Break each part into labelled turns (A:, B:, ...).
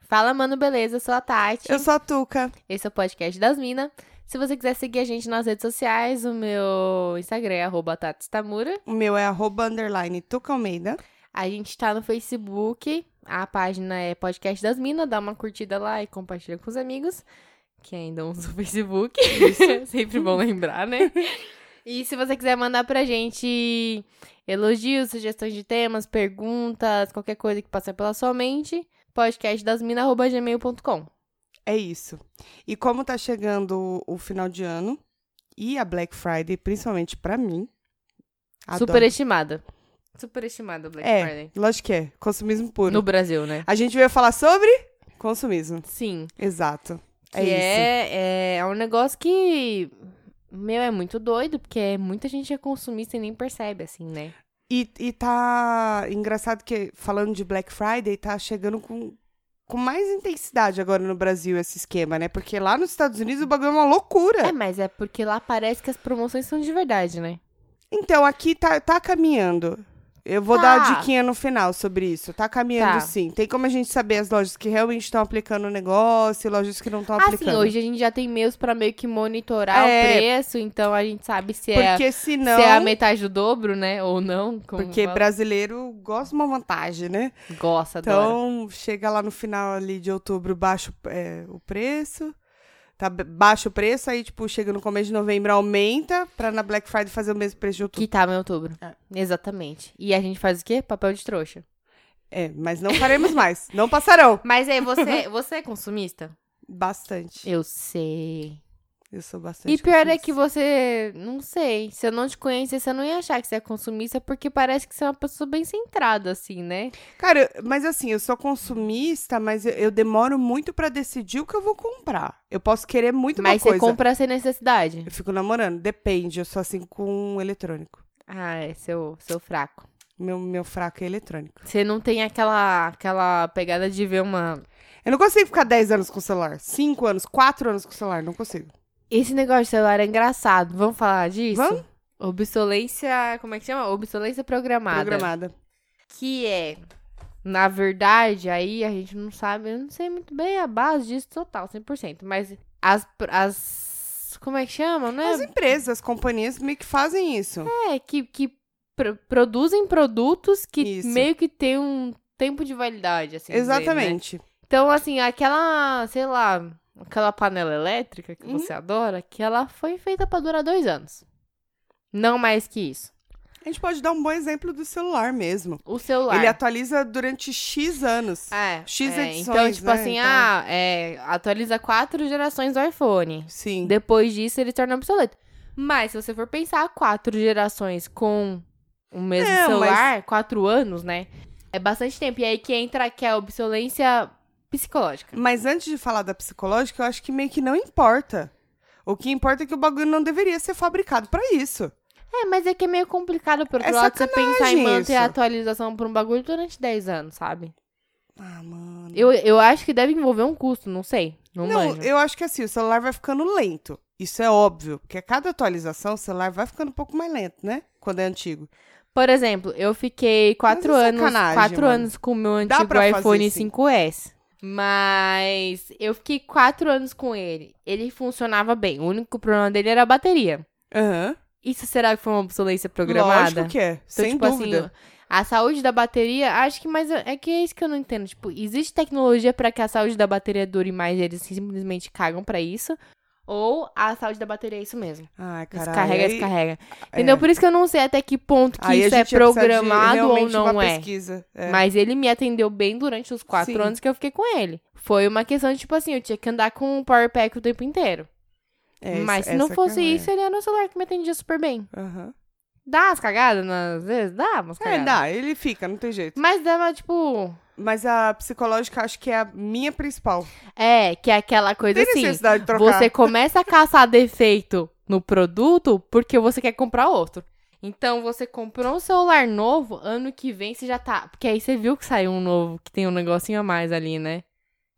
A: Fala, mano, beleza? Eu sou a Tati.
B: Eu sou a Tuca.
A: Esse é o podcast das Minas. Se você quiser seguir a gente nas redes sociais, o meu Instagram é arroba Tati Tamura.
B: O meu é arroba underline Tuca Almeida.
A: A gente tá no Facebook, a página é Podcast das Minas, dá uma curtida lá e compartilha com os amigos que ainda usa o Facebook. Sempre bom lembrar, né? E se você quiser mandar pra gente elogios, sugestões de temas, perguntas, qualquer coisa que passar pela sua mente, podcastdasmina.gmail.com.
B: É isso. E como tá chegando o final de ano e a Black Friday, principalmente pra mim. adoro.
A: Superestimada. Superestimada Black
B: É,
A: Friday.
B: lógico que é. Consumismo puro.
A: No Brasil, né?
B: A gente veio falar sobre consumismo.
A: Sim.
B: Exato.
A: Que é, é, é um negócio que. Meu, é muito doido, porque muita gente é consumista e nem percebe, assim, né?
B: E, e tá engraçado que, falando de Black Friday, tá chegando com, com mais intensidade agora no Brasil esse esquema, né? Porque lá nos Estados Unidos o bagulho é uma loucura.
A: É, mas é porque lá parece que as promoções são de verdade, né?
B: Então, aqui tá, tá caminhando. Eu vou dar
A: Tá.
B: a diquinha no final sobre isso. Tá caminhando
A: Tá.
B: sim. Tem como a gente saber as lojas que realmente estão aplicando o negócio e lojas que não estão
A: Assim,
B: aplicando.
A: hoje a gente já tem meios pra meio que monitorar
B: É.
A: o preço, então a gente sabe se é,
B: Porque senão.
A: se é a metade do dobro, né? Ou não. Como
B: Porque
A: fala.
B: brasileiro gosta de uma vantagem, né?
A: gosta, adora.
B: Então, chega lá no final ali de outubro, baixa o- é, o preço. Tá, b- baixa o preço, aí, tipo, chega no começo de novembro, aumenta pra na Black Friday fazer o mesmo preço de outubro.
A: Que tava em outubro.
B: É.
A: Exatamente. E a gente faz o quê? Papel de trouxa.
B: É, mas não faremos mais. Não passarão.
A: Mas aí, você, você é consumista?
B: Bastante.
A: Eu sei.
B: Eu sou bastante.
A: E pior é
B: consumista.
A: que você. Não sei. Se eu não te conhecesse, eu não ia achar que você é consumista, porque parece que você é uma pessoa bem centrada, assim, né?
B: Cara, eu- mas assim, eu sou consumista, mas eu, eu demoro muito pra decidir o que eu vou comprar. Eu posso querer muito
A: Mas
B: uma
A: você
B: coisa.
A: compra sem necessidade.
B: Eu fico namorando, depende. Eu sou assim com eletrônico.
A: Ah, é seu, seu fraco.
B: Meu, meu fraco é eletrônico.
A: Você não tem aquela, aquela pegada de ver uma.
B: Eu não consigo ficar 10 anos com o celular. 5 anos, 4 anos com o celular, não consigo.
A: Esse negócio de celular é engraçado. Vamos falar disso?
B: Vamos.
A: Obsolência. Como é que chama? Obsolência programada.
B: Programada.
A: Que é. Na verdade, aí a gente não sabe, eu não sei muito bem a base disso total, 100%. Mas as. as como é que chama, né?
B: As empresas, as companhias meio que fazem isso.
A: É, que, que pro- produzem produtos que
B: Isso.
A: meio que tem um tempo de validade, assim. dizer, né?
B: Exatamente.
A: Então, assim, aquela, sei lá, aquela panela elétrica que
B: Uhum.
A: você adora, que ela foi feita pra durar dois anos. Não mais que isso.
B: A gente pode dar um bom exemplo do celular mesmo.
A: O celular.
B: Ele atualiza durante X anos.
A: É,
B: X
A: é,
B: edições,
A: Então, tipo
B: né?
A: assim,
B: Então-
A: ah, é, atualiza quatro gerações do iPhone.
B: Sim.
A: Depois disso, ele torna obsoleto. Mas, se você for pensar, quatro gerações com o mesmo
B: É, mas-
A: celular, quatro anos, né? É bastante tempo. E aí que entra que é a obsolência psicológica.
B: Mas antes de falar da psicológica, eu acho que meio que não importa. O que importa é que o bagulho não deveria ser fabricado pra isso.
A: É, mas é que é meio complicado, por outro
B: É
A: lado, você pensar em
B: sacanagem
A: manter a
B: isso.
A: atualização por um bagulho durante 10 anos, sabe?
B: Ah, mano.
A: Eu, eu acho que deve envolver um custo, não sei. Não,
B: não,
A: manjo.
B: eu acho que assim, o celular vai ficando lento. Isso é óbvio, porque a cada atualização o celular vai ficando um pouco mais lento, né? Quando é antigo.
A: Por exemplo, eu fiquei 4
B: Mas é
A: anos,
B: sacanagem,
A: quatro
B: mano.
A: anos com o meu
B: Dá
A: antigo
B: pra fazer
A: iPhone
B: sim.
A: 5S. Mas eu fiquei 4 anos com ele. Ele funcionava bem. O único problema dele era a bateria.
B: Aham.
A: Isso será que foi uma obsolência programada?
B: Lógico que é,
A: Então,
B: sem
A: tipo
B: dúvida.
A: assim, a saúde da bateria, acho que, mas é que é isso que eu não entendo. Tipo, existe tecnologia pra que a saúde da bateria dure mais, eles simplesmente cagam pra isso. Ou a saúde da bateria é isso mesmo.
B: Ai, caralho.
A: Descarrega,
B: aí-
A: descarrega.
B: é.
A: Entendeu? Por isso que eu não sei até que ponto que
B: Aí a
A: isso é
B: gente ia precisar de
A: programado ou
B: realmente
A: não
B: uma
A: é.
B: pesquisa. É.
A: Mas ele me atendeu bem durante os quatro
B: Sim.
A: anos que eu fiquei com ele. Foi uma questão de, tipo assim, eu tinha que andar com o Power Pack o tempo inteiro.
B: É,
A: Mas
B: essa-
A: se não
B: essa
A: fosse
B: que é.
A: isso, ele era um celular que me atendia super bem.
B: Aham.
A: Dá as cagadas, né? às vezes? Dá umas
B: É,
A: cagadas.
B: dá, ele fica, não tem jeito.
A: Mas dava, tipo.
B: Mas a psicológica acho que é a minha principal.
A: É, que é aquela coisa
B: tem
A: assim.
B: necessidade de trocar.
A: Você começa a caçar defeito no produto porque você quer comprar outro. Então você comprou um celular novo, ano que vem você já tá. Porque aí você viu que saiu um novo, que tem um negocinho a mais ali, né?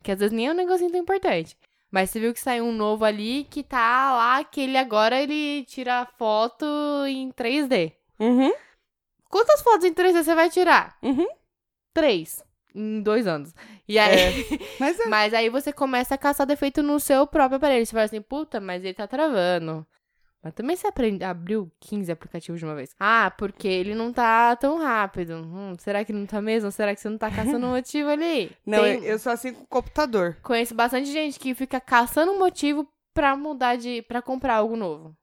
A: Que às vezes nem é um negocinho tão importante. Mas você viu que saiu um novo ali que tá lá, que ele agora ele tira foto em 3D.
B: Uhum.
A: Quantas fotos em 3D você vai tirar?
B: Uhum.
A: Três. em dois anos. E aí.
B: Mas é.
A: Mas aí você começa a caçar defeito no seu próprio aparelho. Você fala assim, puta, mas ele tá travando. Mas também você aprende, abriu 15 aplicativos de uma vez. Ah, porque ele não tá tão rápido. Hum, será que não tá mesmo? Será que você não tá caçando um motivo ali?
B: Não,
A: Tem-
B: eu sou assim com o computador.
A: Conheço bastante gente que fica caçando um motivo pra mudar de. pra comprar algo novo.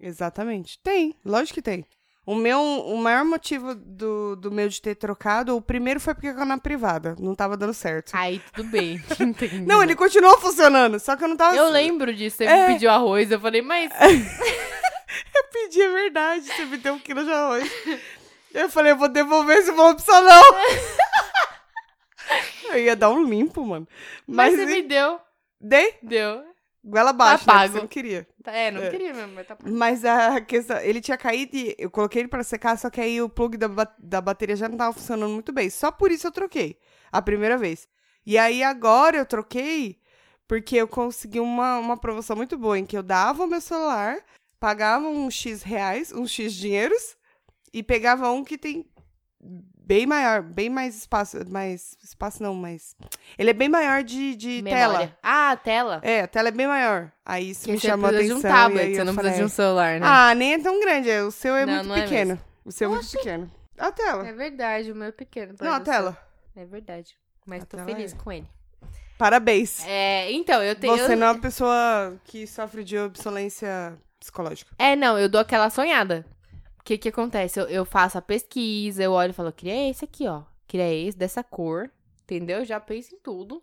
B: Exatamente. Tem, lógico que tem. O meu, o maior motivo do, do meu de ter trocado, o primeiro foi porque eu na privada. Não tava dando certo.
A: Aí tudo bem. entendi.
B: Não, ele continuou funcionando, só que eu não tava.
A: Eu lembro disso, você
B: É.
A: me pediu arroz, eu falei, mas
B: Eu pedi, é verdade. Você me deu um quilo de arroz. Eu falei, eu vou devolver esse bom opção, não. Eu ia dar um limpo, mano.
A: Mas
B: Mas,
A: você me deu,
B: dei
A: deu.
B: goela abaixo, né, porque
A: pago.
B: você não queria.
A: Tá- É, não
B: É.
A: queria mesmo, mas tá.
B: Mas a questão. Ele tinha caído e eu coloquei ele pra secar, só que aí o plug da, ba- da bateria já não tava funcionando muito bem. Só por isso eu troquei a primeira vez. E aí agora eu troquei porque eu consegui uma, uma promoção muito boa em que eu dava o meu celular, pagava uns X reais, uns X dinheiros e pegava um que tem bem maior, bem mais espaço. Mais. Espaço não, mas. Ele é bem maior de, de tela.
A: Memória. Ah, tela.
B: É, a tela é bem maior. Aí isso me
A: você
B: chamou a
A: precisa
B: atenção.
A: de um
B: e
A: tablet,
B: aí
A: você
B: eu
A: não
B: falei,
A: precisa de um celular, né?
B: ah, nem é tão grande. é, O seu é
A: Não,
B: muito
A: não é
B: pequeno. o seu é muito pequeno. A tela.
A: É verdade, o meu é pequeno.
B: não, a
A: parece.
B: tela.
A: É verdade. Mas
B: A
A: tô
B: tela
A: feliz
B: é.
A: com ele.
B: Parabéns.
A: É, então, eu tenho.
B: Você não é uma pessoa que sofre de obsolência psicológica.
A: É, não, eu dou aquela sonhada. O que que acontece? Eu, eu faço a pesquisa, eu olho e falo, queria esse aqui, ó. Queria esse, dessa cor, entendeu? Já penso em tudo.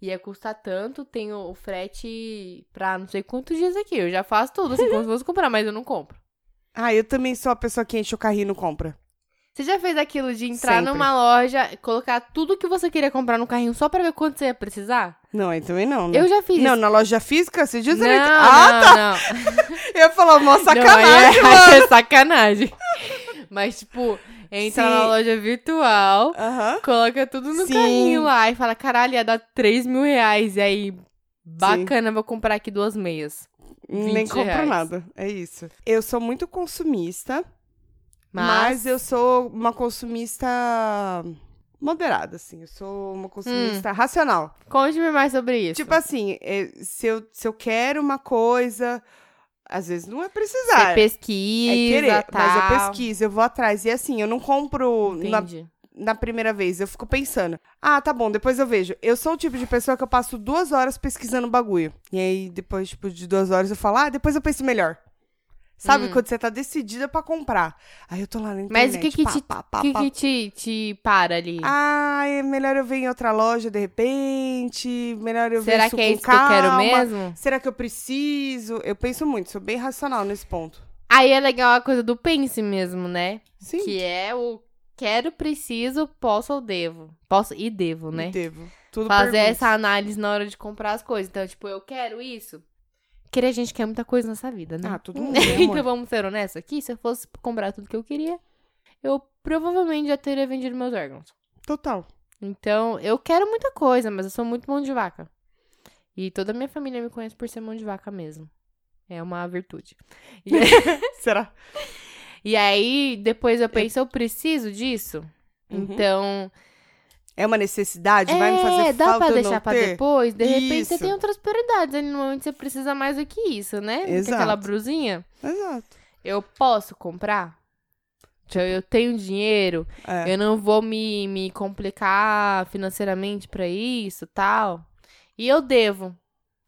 A: Ia custar tanto, tenho o frete pra não sei quantos dias aqui. Eu já faço tudo, assim, como se fosse comprar, mas eu não compro.
B: Ah, eu também sou a pessoa que enche o carrinho e não compra.
A: Você já fez aquilo de entrar
B: Sempre.
A: numa loja, colocar tudo que você queria comprar no carrinho só pra ver quanto você ia precisar?
B: Não, aí também não, né?
A: Eu já fiz
B: Não,
A: isso.
B: na loja física, você diz
A: não,
B: direito. Ah,
A: não, não.
B: eu falo, mó
A: aí
B: sacanagem.
A: é, aí é sacanagem. Mas, tipo, entra
B: Sim.
A: na loja virtual,
B: Aham.
A: coloca tudo no
B: Sim.
A: carrinho lá e fala, caralho, ia dar 3 mil reais. E aí, bacana, vou comprar aqui duas meias. 20
B: Nem compro
A: reais.
B: nada. É isso. Eu sou muito consumista,
A: Mas,
B: mas eu sou uma consumista moderada, assim. Eu sou uma consumista
A: Hum.
B: racional.
A: conte-me mais sobre isso.
B: Tipo assim, é, se, eu, se eu quero uma coisa, às vezes não é
A: Você
B: precisar.
A: pesquisa,
B: é querer,
A: tal.
B: mas eu pesquiso, eu vou atrás. E assim, eu não compro na,
A: Entendi.
B: na primeira vez, eu fico pensando. Ah, tá bom, depois eu vejo. Eu sou o tipo de pessoa que eu passo duas horas pesquisando bagulho. E aí, depois, tipo, de duas horas eu falo, ah, depois eu penso melhor. Sabe, quando você tá decidida pra comprar. Aí eu tô lá na internet.
A: Hum. Mas o que que
B: pá,
A: te-
B: pá,
A: O
B: pá,
A: que
B: pá,
A: que te, te para ali?
B: Ah, é melhor eu ver em outra loja de repente. Melhor eu ver
A: Será
B: isso
A: que é
B: com
A: isso que eu quero
B: calma.
A: mesmo?
B: Será que eu preciso? Eu penso muito, sou bem racional nesse ponto.
A: Aí é legal a coisa do pense mesmo, né?
B: Sim.
A: Que é o quero, preciso, posso ou devo. Posso e devo, né?
B: Devo. Tudo
A: Fazer
B: pergunto.
A: essa análise na hora de comprar as coisas. Então, tipo, eu quero isso. Querer, a gente quer muita coisa nessa vida, né?
B: Ah, todo mundo, né, amor?
A: então vamos ser honestos aqui. Se eu fosse comprar tudo que eu queria, eu provavelmente já teria vendido meus órgãos.
B: Total.
A: Então, eu quero muita coisa, mas eu sou muito mão de vaca. E toda a minha família me conhece por ser mão de vaca mesmo. É uma virtude. E
B: Será? É.
A: E aí, depois eu penso, eu preciso disso?
B: Uhum.
A: Então,
B: É uma necessidade? Vai me
A: é,
B: fazer
A: dá
B: falta
A: pra
B: eu
A: deixar
B: não
A: pra
B: ter?
A: depois. De repente, você
B: Isso.
A: tem outras prioridades. Ali no momento, você precisa mais do que isso, né? Do que
B: Exato.
A: aquela brusinha.
B: Exato.
A: Eu posso comprar? Então, eu tenho dinheiro.
B: É.
A: Eu não vou me, me complicar financeiramente pra isso tal. E eu devo.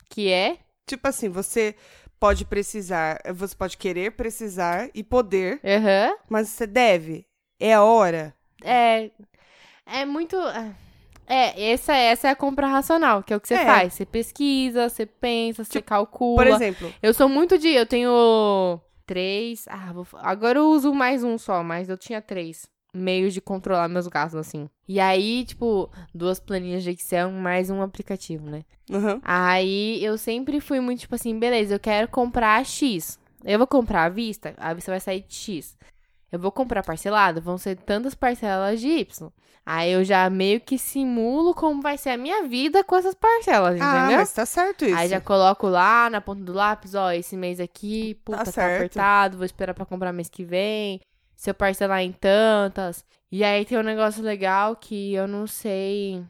A: Que é?
B: Tipo assim, você pode precisar, você pode querer, precisar e poder,
A: Aham.
B: mas você deve. É a hora.
A: É. É muito. É, essa, essa é a compra racional, que é o que você
B: É. Tipo,
A: faz. Você pesquisa, você pensa, você calcula.
B: Por exemplo,
A: Eu sou muito de. Eu tenho três. Ah, vou fa- agora eu uso mais um só, mas eu tinha três meios de controlar meus gastos, assim. E aí, tipo, duas planilhas de Excel, mais um aplicativo, né?
B: uhum.
A: Aí eu sempre fui muito tipo assim, beleza, eu quero comprar X. Eu vou comprar à vista, à vista vai sair de X. Eu vou comprar parcelado, vão ser tantas parcelas de Y. Aí eu já meio que simulo como vai ser a minha vida com essas parcelas,
B: ah,
A: entendeu?
B: mas tá certo isso.
A: Aí já coloco lá na ponta do lápis, ó, esse mês aqui, puta, tá,
B: certo.
A: apertado, vou esperar pra comprar mês que vem. Se eu parcelar em tantas. E aí tem um negócio legal que eu não sei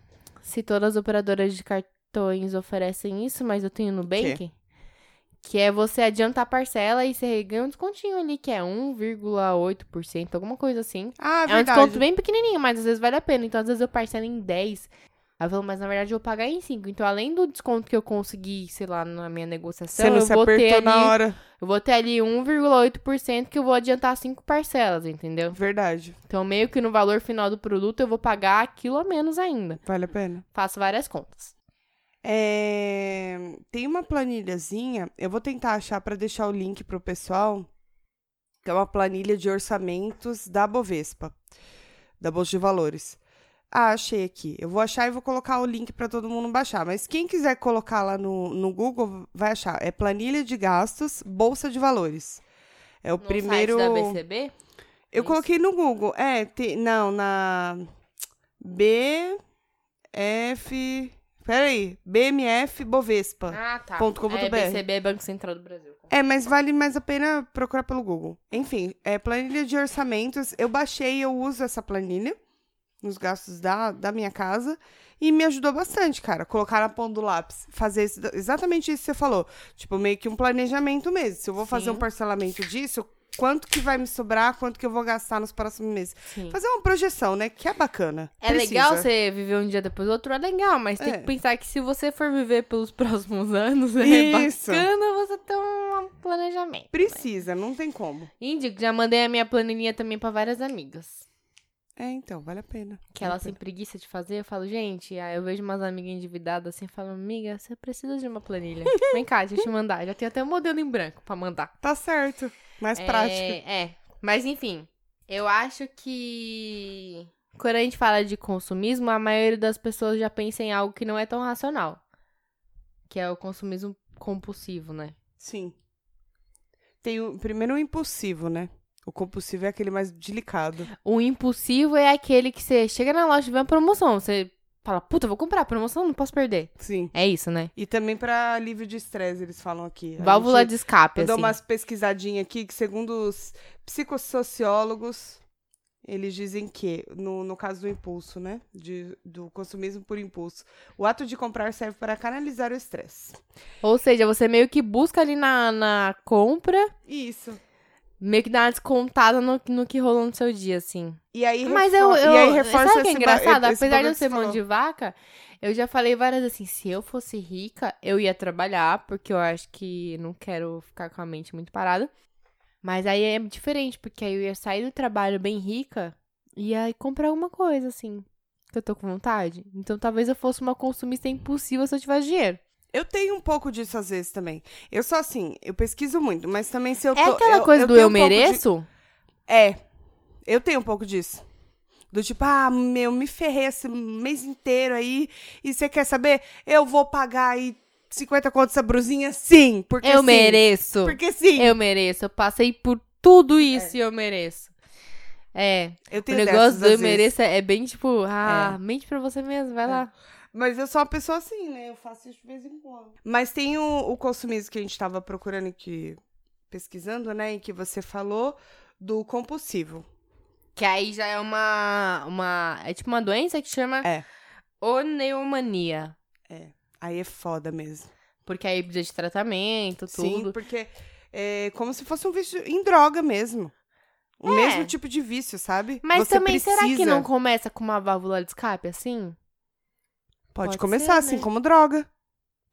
A: se todas as operadoras de cartões oferecem isso, mas eu tenho no Nubank. Que é você adiantar a parcela e você ganha um descontinho ali, que é 1,8%, alguma coisa assim.
B: Ah,
A: É um
B: verdade.
A: desconto bem pequenininho, mas às vezes vale a pena. Então, às vezes eu parcelo em 10. Aí eu falo, mas na verdade eu vou pagar em 5. Então, além do desconto que eu consegui, sei lá, na minha negociação,
B: Você não
A: eu,
B: se
A: vou ter
B: apertou
A: ali,
B: na hora.
A: eu vou ter ali 1,8% que eu vou adiantar 5 parcelas, entendeu?
B: Verdade.
A: Então, meio que no valor final do produto eu vou pagar aquilo a menos ainda.
B: Vale a pena.
A: Faço várias contas.
B: É, tem uma planilhazinha, eu vou tentar achar para deixar o link pro pessoal, que é uma planilha de orçamentos da Bovespa, da Bolsa de Valores. Ah, achei aqui. Eu vou achar e vou colocar o link para todo mundo baixar. Mas quem quiser colocar lá no, no Google, vai achar. É planilha de gastos, Bolsa de Valores. É o
A: No
B: primeiro.
A: site da BCB?
B: Eu
A: Isso.
B: coloquei no Google. É, tem, não, na B F, peraí, BMF Bovespa.
A: Ah, tá.
B: Ponto com ponto
A: é,
B: BR.
A: BCB é Banco Central do Brasil.
B: É, mas vale mais a pena procurar pelo Google. Enfim, é planilha de orçamentos. Eu baixei, eu uso essa planilha nos gastos da, da minha casa e me ajudou bastante, cara. Colocar na ponta do lápis, fazer isso- exatamente isso que você falou. Tipo, meio que um planejamento mesmo. Se eu vou fazer
A: Sim.
B: um parcelamento disso, quanto que vai me sobrar, quanto que eu vou gastar nos próximos meses.
A: Sim.
B: Fazer uma projeção, né? Que é bacana.
A: É
B: Precisa.
A: legal você viver um dia depois do outro, é legal, mas tem
B: É.
A: que pensar que se você for viver pelos próximos anos, é
B: Isso.
A: bacana você ter um planejamento.
B: Precisa, não tem como.
A: Indico, já mandei a minha planilhinha também pra várias amigas.
B: É, então, vale a pena.
A: Que elas têm
B: Vale a
A: preguiça de fazer, eu falo, gente, aí eu vejo umas amigas endividadas assim, falo, amiga, você precisa de uma planilha. Vem cá, deixa eu te mandar. Já tem até um modelo em branco pra mandar.
B: pena. Tá certo. Mais
A: É,
B: prático.
A: É, mas enfim, eu acho que quando a gente fala de consumismo, a maioria das pessoas já pensa em algo que não é tão racional, que é o consumismo compulsivo, né?
B: Sim. Tem o, primeiro o impulsivo, né? O compulsivo é aquele mais delicado.
A: O impulsivo é aquele que você chega na loja e vê uma promoção, você fala, puta, vou comprar, promoção, não posso perder.
B: Sim.
A: É isso, né?
B: E também pra alívio de estresse, eles falam aqui. A
A: Válvula
B: gente-
A: de escape,
B: Eu dou
A: assim.
B: umas pesquisadinhas aqui que, segundo os psicossociólogos, eles dizem que, no, no caso do impulso, né? De, do consumismo por impulso, o ato de comprar serve para canalizar o estresse.
A: Ou seja, você meio que busca ali na, na compra,
B: Isso.
A: meio que dá uma descontada no, no que rolou no seu dia, assim.
B: E aí,
A: Mas eu,
B: refor-
A: eu
B: e aí reforça
A: sabe o que é
B: esse ba-
A: engraçado?
B: esse
A: Apesar de
B: bagulho
A: eu
B: que você
A: ser mão
B: falou.
A: de vaca, eu já falei várias assim, se eu fosse rica, eu ia trabalhar, porque eu acho que não quero ficar com a mente muito parada. Mas aí é diferente, porque aí eu ia sair do trabalho bem rica e aí comprar alguma coisa, assim, que eu tô com vontade. Então talvez eu fosse uma consumista impossível se eu tivesse dinheiro.
B: Eu tenho um pouco disso às vezes também. Eu sou assim, eu pesquiso muito, mas também se eu
A: é
B: tô-
A: aquela coisa do
B: tenho
A: eu
B: um pouco de-
A: mereço?
B: É. Eu tenho um pouco disso. Do tipo, ah, meu, me ferrei esse mês inteiro aí. E você quer saber? Eu vou pagar aí 50 conto essa brusinha? Sim, porque
A: Eu
B: sim.
A: mereço.
B: Porque É. sim.
A: Eu mereço. Eu passei por tudo isso e eu mereço. É.
B: Eu
A: O
B: tenho
A: negócio
B: dessas,
A: do
B: às
A: eu
B: vezes. É.
A: mereço é bem tipo, ah, mente pra você mesmo, vai lá.
B: Mas eu sou uma pessoa assim, né? Eu faço isso de vez em quando. Mas tem o, o consumismo que a gente tava procurando e que pesquisando, né? E que você falou do compulsivo.
A: Que aí já é uma. uma é tipo uma doença que chama
B: É.
A: oneomania.
B: Aí é foda mesmo.
A: Porque aí precisa de tratamento,
B: Sim,
A: tudo.
B: porque é como se fosse um vício em droga mesmo. O
A: É.
B: mesmo tipo de vício, sabe?
A: Mas
B: Você
A: também, será que
B: precisa.
A: não começa com uma válvula de escape assim?
B: Pode,
A: Pode
B: começar
A: ser,
B: assim,
A: né?
B: como droga.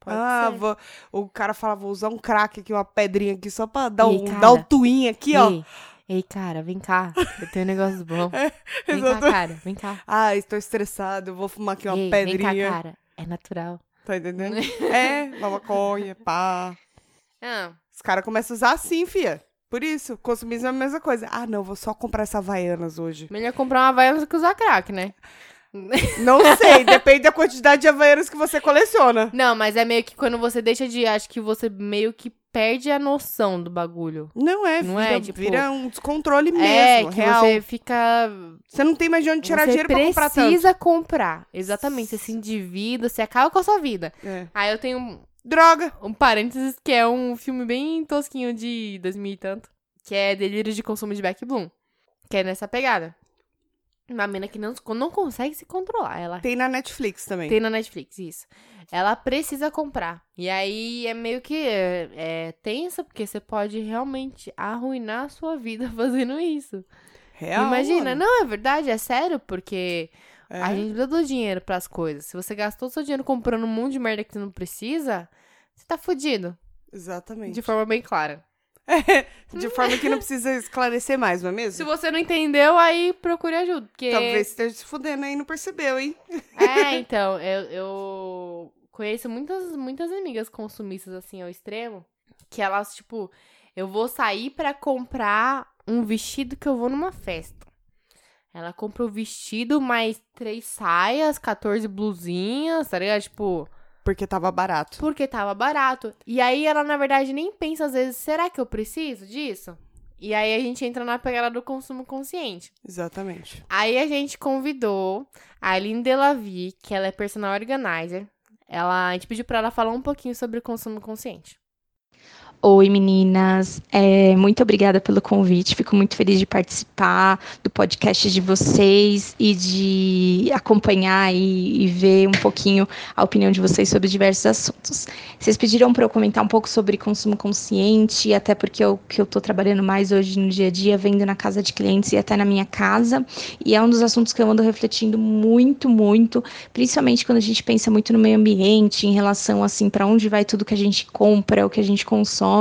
A: Pode
B: ah,
A: ser.
B: vou- o cara fala, vou usar um crack aqui, uma pedrinha aqui, só pra dar,
A: Ih,
B: um,
A: cara.
B: dar um twin aqui, ó. É,
A: Ei, ei, cara, vem cá. Eu tenho um negócio bom. Vem cá,
B: Exato.
A: cara, vem cá.
B: Ah, estou estressado, eu vou fumar aqui uma
A: Ei, vem
B: pedrinha.
A: cá, cara. É natural.
B: Tá entendendo?
A: Né?
B: é, uma maconha, pá.
A: Ah,
B: Os caras começam a usar assim, fia. Por isso, consumismo é a mesma coisa. Ah, não, vou só comprar essa Havaianas hoje.
A: melhor comprar uma Havaianas do que usar crack, né?
B: Não sei, depende da quantidade de Havaianas que você coleciona.
A: Não, mas é meio que quando você deixa de. Acho que você meio que perde a noção do bagulho.
B: Não é,
A: Não
B: vira,
A: é, tipo-
B: vira um descontrole
A: é,
B: mesmo,
A: que
B: real. Você...
A: você fica.
B: não tem mais de onde tirar
A: você
B: dinheiro pra comprar tanto.
A: precisa comprar. Exatamente. Você se endivida, você acaba com a sua vida.
B: É.
A: Aí eu tenho um,
B: Droga.
A: um parênteses que é um filme bem tosquinho de 2000 e tanto. Que é Delírio de Consumo de Back Bloom. Que é nessa pegada. Uma mina que não, não consegue se controlar. Ela
B: Tem na Netflix também.
A: tem na Netflix, isso. Ela precisa comprar. E aí é meio que é, é tensa, porque você pode realmente arruinar a sua vida fazendo isso.
B: Real,
A: Imagina,
B: mano.
A: não, é verdade, é sério, porque
B: É.
A: a gente precisa do dinheiro pras coisas. Se você gastou seu dinheiro comprando um monte de merda que você não precisa, você tá fudido.
B: Exatamente.
A: De forma bem clara.
B: De forma que não precisa esclarecer mais, não é
A: Se
B: mesmo?
A: você não entendeu, aí procure ajuda. Porque...
B: Talvez esteja se fudendo aí e não percebeu, hein?
A: É, então, eu, eu conheço muitas, muitas amigas consumistas, assim, ao extremo, que elas, tipo, eu vou sair pra comprar um vestido que eu vou numa festa. Ela compra o vestido, mais três saias, 14 blusinhas, tá ligado? Tipo,
B: Porque tava barato.
A: porque tava barato. E aí ela, na verdade, nem pensa, às vezes, será que eu preciso disso? E aí a gente entra na pegada do consumo consciente.
B: Exatamente.
A: Aí a gente convidou a Aline Delavi, que ela é personal organizer. Ela, a gente pediu pra ela falar um pouquinho sobre consumo consciente.
C: Oi, meninas. É, muito obrigada pelo convite. Fico muito feliz de participar do podcast de vocês e de acompanhar e, e ver um pouquinho a opinião de vocês sobre diversos assuntos. Vocês pediram para eu comentar um pouco sobre consumo consciente, até porque o que eu estou trabalhando mais hoje no dia a dia, vendo na casa de clientes e até na minha casa. E é um dos assuntos que eu ando refletindo muito, muito, principalmente quando a gente pensa muito no meio ambiente, em relação assim para onde vai tudo que a gente compra, o que a gente consome.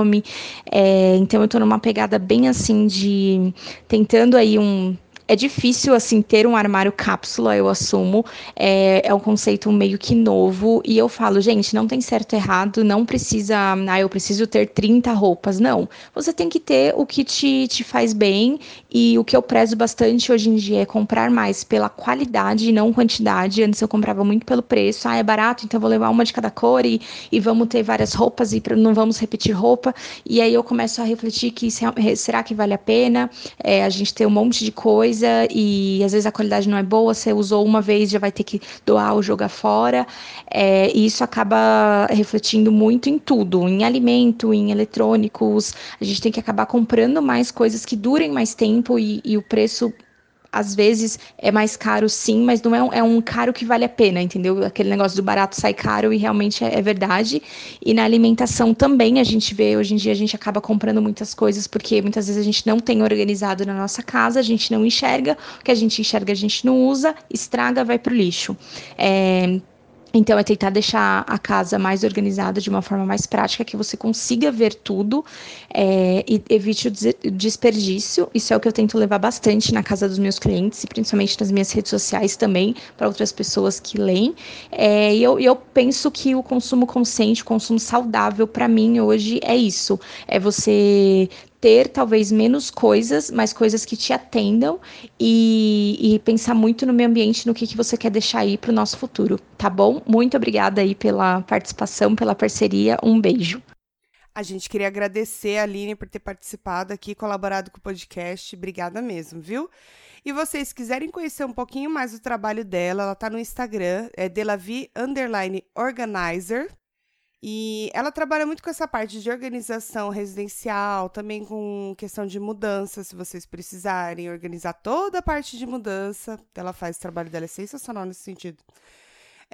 C: É, então eu tô numa pegada bem assim de tentando aí um é difícil, assim, ter um armário cápsula, eu assumo. É, é um conceito meio que novo. E eu falo, gente, não tem certo e errado, não precisa. Ah, eu preciso ter 30 roupas. Não. Você tem que ter o que te, te faz bem. E o que eu prezo bastante hoje em dia é comprar mais pela qualidade e não quantidade. Antes eu comprava muito pelo preço. Ah, é barato, então eu vou levar uma de cada cor e, e vamos ter várias roupas e pra- não vamos repetir roupa. E aí eu começo a refletir que se- será que vale a pena É, a gente ter um monte de coisa e às vezes a qualidade não é boa, você usou uma vez já vai ter que doar ou jogar fora. É, e isso acaba refletindo muito em tudo, em alimento, em eletrônicos. A gente tem que acabar comprando mais coisas que durem mais tempo e, e o preço. Às vezes é mais caro, sim, mas não é um, é um caro que vale a pena, entendeu? Aquele negócio do barato sai caro e realmente é- é verdade. E na alimentação também a gente vê, hoje em dia a gente acaba comprando muitas coisas porque muitas vezes a gente não tem organizado na nossa casa, a gente não enxerga, o que a gente enxerga a gente não usa, estraga, vai pro lixo. É, Então, é tentar deixar a casa mais organizada de uma forma mais prática, que você consiga ver tudo é, e evite o des- o desperdício. Isso é o que eu tento levar bastante na casa dos meus clientes e principalmente nas minhas redes sociais também, para outras pessoas que leem. É, e eu, e eu penso que o consumo consciente, o consumo saudável, para mim hoje é isso. É você ter talvez menos coisas, mas coisas que te atendam e, e pensar muito no meio ambiente, no que, que você quer deixar aí para o nosso futuro, tá bom? Muito obrigada aí pela participação, pela parceria. Um beijo.
B: A gente queria agradecer a Aline por ter participado aqui, colaborado com o podcast. Obrigada mesmo, viu? E vocês quiserem conhecer um pouquinho mais do trabalho dela, ela tá no Instagram, é Delavi Underline Organizer. E ela trabalha muito com essa parte de organização residencial, também com questão de mudança, se vocês precisarem organizar toda a parte de mudança. Ela faz o trabalho dela, é sensacional nesse sentido.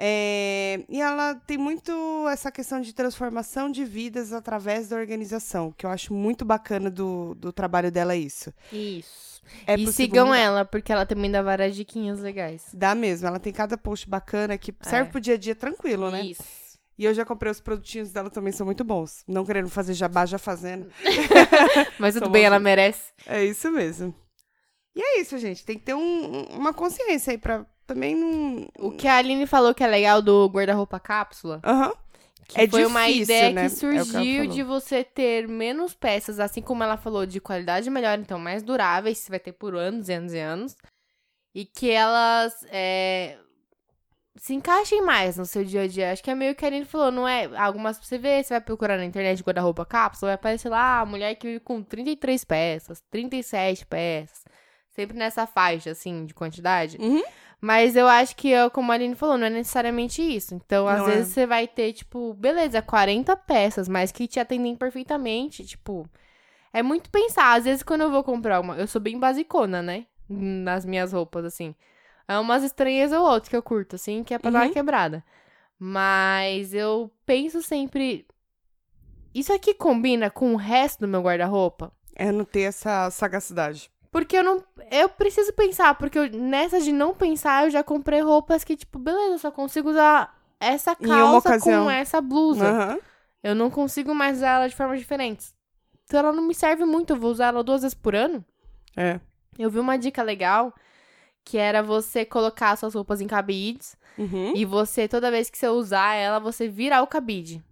B: É, e ela tem muito essa questão de transformação de vidas através da organização, que eu acho muito bacana do, do trabalho dela isso.
A: Isso.
B: É
A: e
B: possível
A: sigam
B: mudar.
A: ela, porque ela também dá várias diquinhas legais.
B: Dá mesmo, ela tem cada post bacana que
A: É.
B: serve pro dia a dia tranquilo, né?
A: Isso.
B: E eu já comprei os produtinhos dela também, são muito bons. Não querendo fazer jabá, já fazendo.
A: Mas tudo
B: Somos
A: bem, ela
B: um.
A: merece.
B: É isso mesmo. E é isso, gente. Tem que ter um- um- uma consciência aí pra também não.
A: O que a Aline falou que é legal do guarda-roupa cápsula,
B: Aham.
A: que
B: É
A: foi uma
B: difícil,
A: ideia
B: né? É o
A: que
B: que ela
A: surgiu
B: falou.
A: de você ter menos peças, assim como ela falou, de qualidade melhor, então mais duráveis, você vai ter por anos e anos e anos. E que elas é, se encaixem mais no seu dia a dia. Acho que é meio que a Aline falou, não é? Algumas você vê, você vai procurar na internet guarda-roupa cápsula, vai aparecer lá a mulher que vive com 33 peças, 37 peças. Sempre nessa faixa, assim, de quantidade.
B: Uhum.
A: Mas eu acho que, é como a Aline falou, não é necessariamente isso. Então, às
B: Não é.
A: vezes, você vai ter, tipo, beleza, 40 peças, mas que te atendem perfeitamente. Tipo, é muito pensar. Às vezes, quando eu vou comprar uma. Eu sou bem basicona, né? nas minhas roupas, assim. É umas estranhezas ou outras que eu curto, assim, que é pra dar
B: Uhum.
A: uma quebrada. Mas eu penso sempre. Isso aqui combina com o resto do meu guarda-roupa?
B: É não ter essa sagacidade.
A: Porque eu não. Eu preciso pensar, porque eu- nessa de não pensar, eu já comprei roupas que, tipo, beleza, eu só consigo usar essa
B: Em uma
A: calça
B: ocasião.
A: com essa blusa.
B: Aham.
A: Eu não consigo mais usar ela de formas diferentes. Então ela não me serve muito, eu vou usar ela duas vezes por ano.
B: É.
A: Eu vi uma dica legal, que era você colocar suas roupas em cabides
B: Uhum.
A: e você, toda vez que você usar ela, você virar o cabide.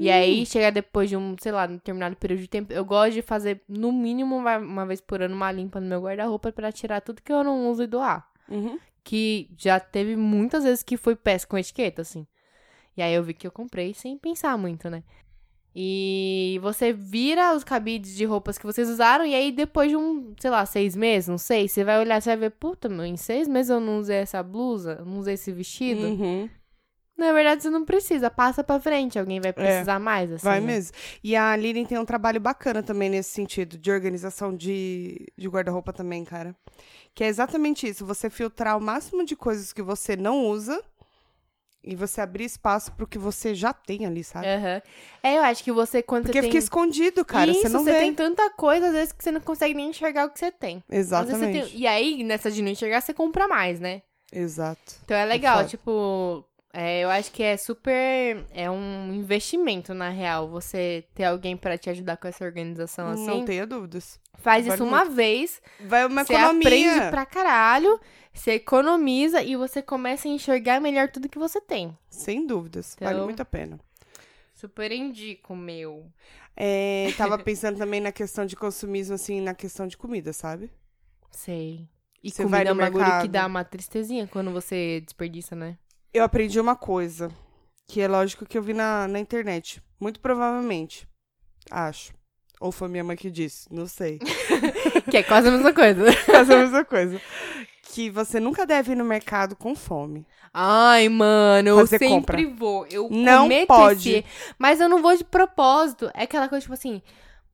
A: E aí, chega depois de um, sei lá, determinado período de tempo, eu gosto de fazer, no mínimo, uma, uma vez por ano, uma limpa no meu guarda-roupa pra tirar tudo que eu não uso e doar.
B: Uhum.
A: Que já teve muitas vezes que foi péssimo com etiqueta, assim. E aí eu vi que eu comprei sem pensar muito, né? E você vira os cabides de roupas que vocês usaram, e aí depois de um, sei lá, seis meses, não sei, você vai olhar, você vai ver, puta, meu, em seis meses eu não usei essa blusa, eu não usei esse vestido.
B: Uhum.
A: Na verdade, você não precisa, passa pra frente, alguém vai precisar mais, assim.
B: É, Vai
A: né?
B: mesmo. E a Lilian tem um trabalho bacana também nesse sentido, de organização de, de guarda-roupa também, cara. Que é exatamente isso, você filtrar o máximo de coisas que você não usa e você abrir espaço pro que você já tem ali, sabe?
A: Aham. É, eu acho que você, quando
B: Porque
A: você tem...
B: fica escondido, cara,
A: Isso,
B: você não vê.
A: tem tanta coisa, às vezes, que você não consegue nem enxergar o que você tem. Às vezes você tem-
B: Exatamente.
A: E aí, nessa de não enxergar, você compra mais, né?
B: Exato.
A: Então é legal,
B: foda.
A: tipo, é, eu acho que é super. É um investimento, na real, você ter alguém pra te ajudar com essa organização assim.
B: não tenha dúvidas.
A: Faz
B: vale
A: isso uma vez,
B: Vai uma
A: você aprende
B: economia.
A: pra caralho, você economiza e você começa a enxergar melhor tudo que você tem.
B: Sem dúvidas. Vale
A: Então-
B: muito a pena.
A: Super indico, meu.
B: É, tava pensando também na questão de consumismo, assim, na questão de comida, sabe?
A: Sei. E
B: Você vai
A: comida é um
B: no
A: bagulho que
B: mercado.
A: dá uma tristezinha quando você desperdiça, né?
B: Eu aprendi uma coisa, que é lógico que eu vi na, na internet. Muito provavelmente. Acho. Ou foi minha mãe que disse, não sei.
A: Que é quase a mesma coisa.
B: Mas é a mesma coisa. Que você nunca deve ir no mercado com fome.
A: Ai, mano, eu
B: Fazer
A: sempre
B: compra.
A: vou. Eu
B: Não
A: cometo
B: pode.
A: esse- mas eu não vou de propósito. É aquela coisa, tipo assim,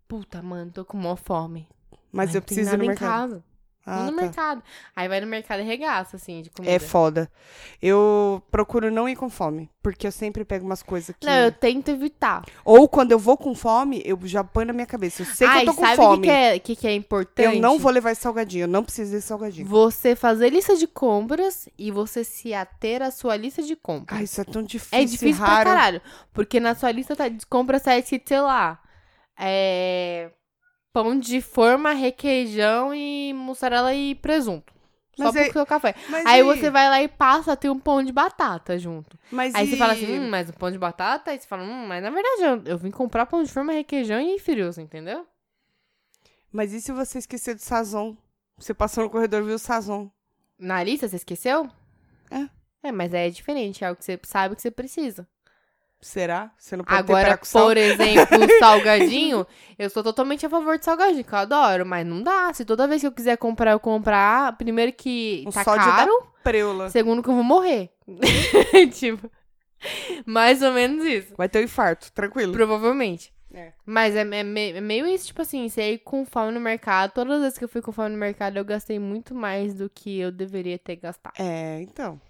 A: puta, mano, tô com mó fome.
B: Mas
A: Ai, não tem
B: eu preciso ir
A: nada
B: no
A: em
B: mercado.
A: Casa. Vou
B: Ah,
A: no
B: tá.
A: mercado. Aí vai no mercado e regaça, assim, de comida.
B: É foda. Eu procuro não ir com fome, porque eu sempre pego umas coisas que.
A: Não, eu tento evitar.
B: Ou quando eu vou com fome, eu já ponho na minha cabeça. Eu sei que
A: Ai,
B: eu tô com
A: sabe o que
B: fome.
A: que, é, que que é importante?
B: Eu não vou levar esse salgadinho, eu não preciso desse salgadinho.
A: Você fazer lista de compras e você se ater à sua lista de compras.
B: Ai, isso é tão difícil.
A: É
B: e
A: difícil pra
B: raro.
A: caralho. Porque na sua lista tá- de compras tá escrito, sei lá, é, pão de forma, requeijão e mussarela e presunto. Só
B: Mas
A: pro
B: aí-
A: seu café.
B: Mas é
A: aí
B: e-
A: você vai lá e passa, tem um pão de batata junto.
B: Mas
A: Aí
B: e...
A: você fala assim, hum, mas um pão de batata? Aí você fala, hum, mas na verdade eu, eu vim comprar pão de forma, requeijão e frios, entendeu?
B: Mas e se você esquecer do sazon? Você passou no corredor e viu o sazon.
A: Na lista, você esqueceu? É, mas aí é diferente, é algo que você sabe que você precisa.
B: Será? Você não pode ter
A: Agora,
B: pera com sal?
A: por exemplo, salgadinho, eu sou totalmente a favor de salgadinho, que eu adoro, mas não dá. Se toda vez que eu quiser comprar, eu comprar, primeiro que
B: O
A: tá
B: Um sódio da
A: caro,
B: Preula.
A: segundo que eu vou morrer. tipo, mais ou menos isso.
B: Vai ter um infarto, tranquilo.
A: Provavelmente.
B: É.
A: Mas é, é me- é meio isso, tipo assim, você ir com fome no mercado. Todas as vezes que eu fui com fome no mercado, eu gastei muito mais do que eu deveria ter gastado.
B: É, então.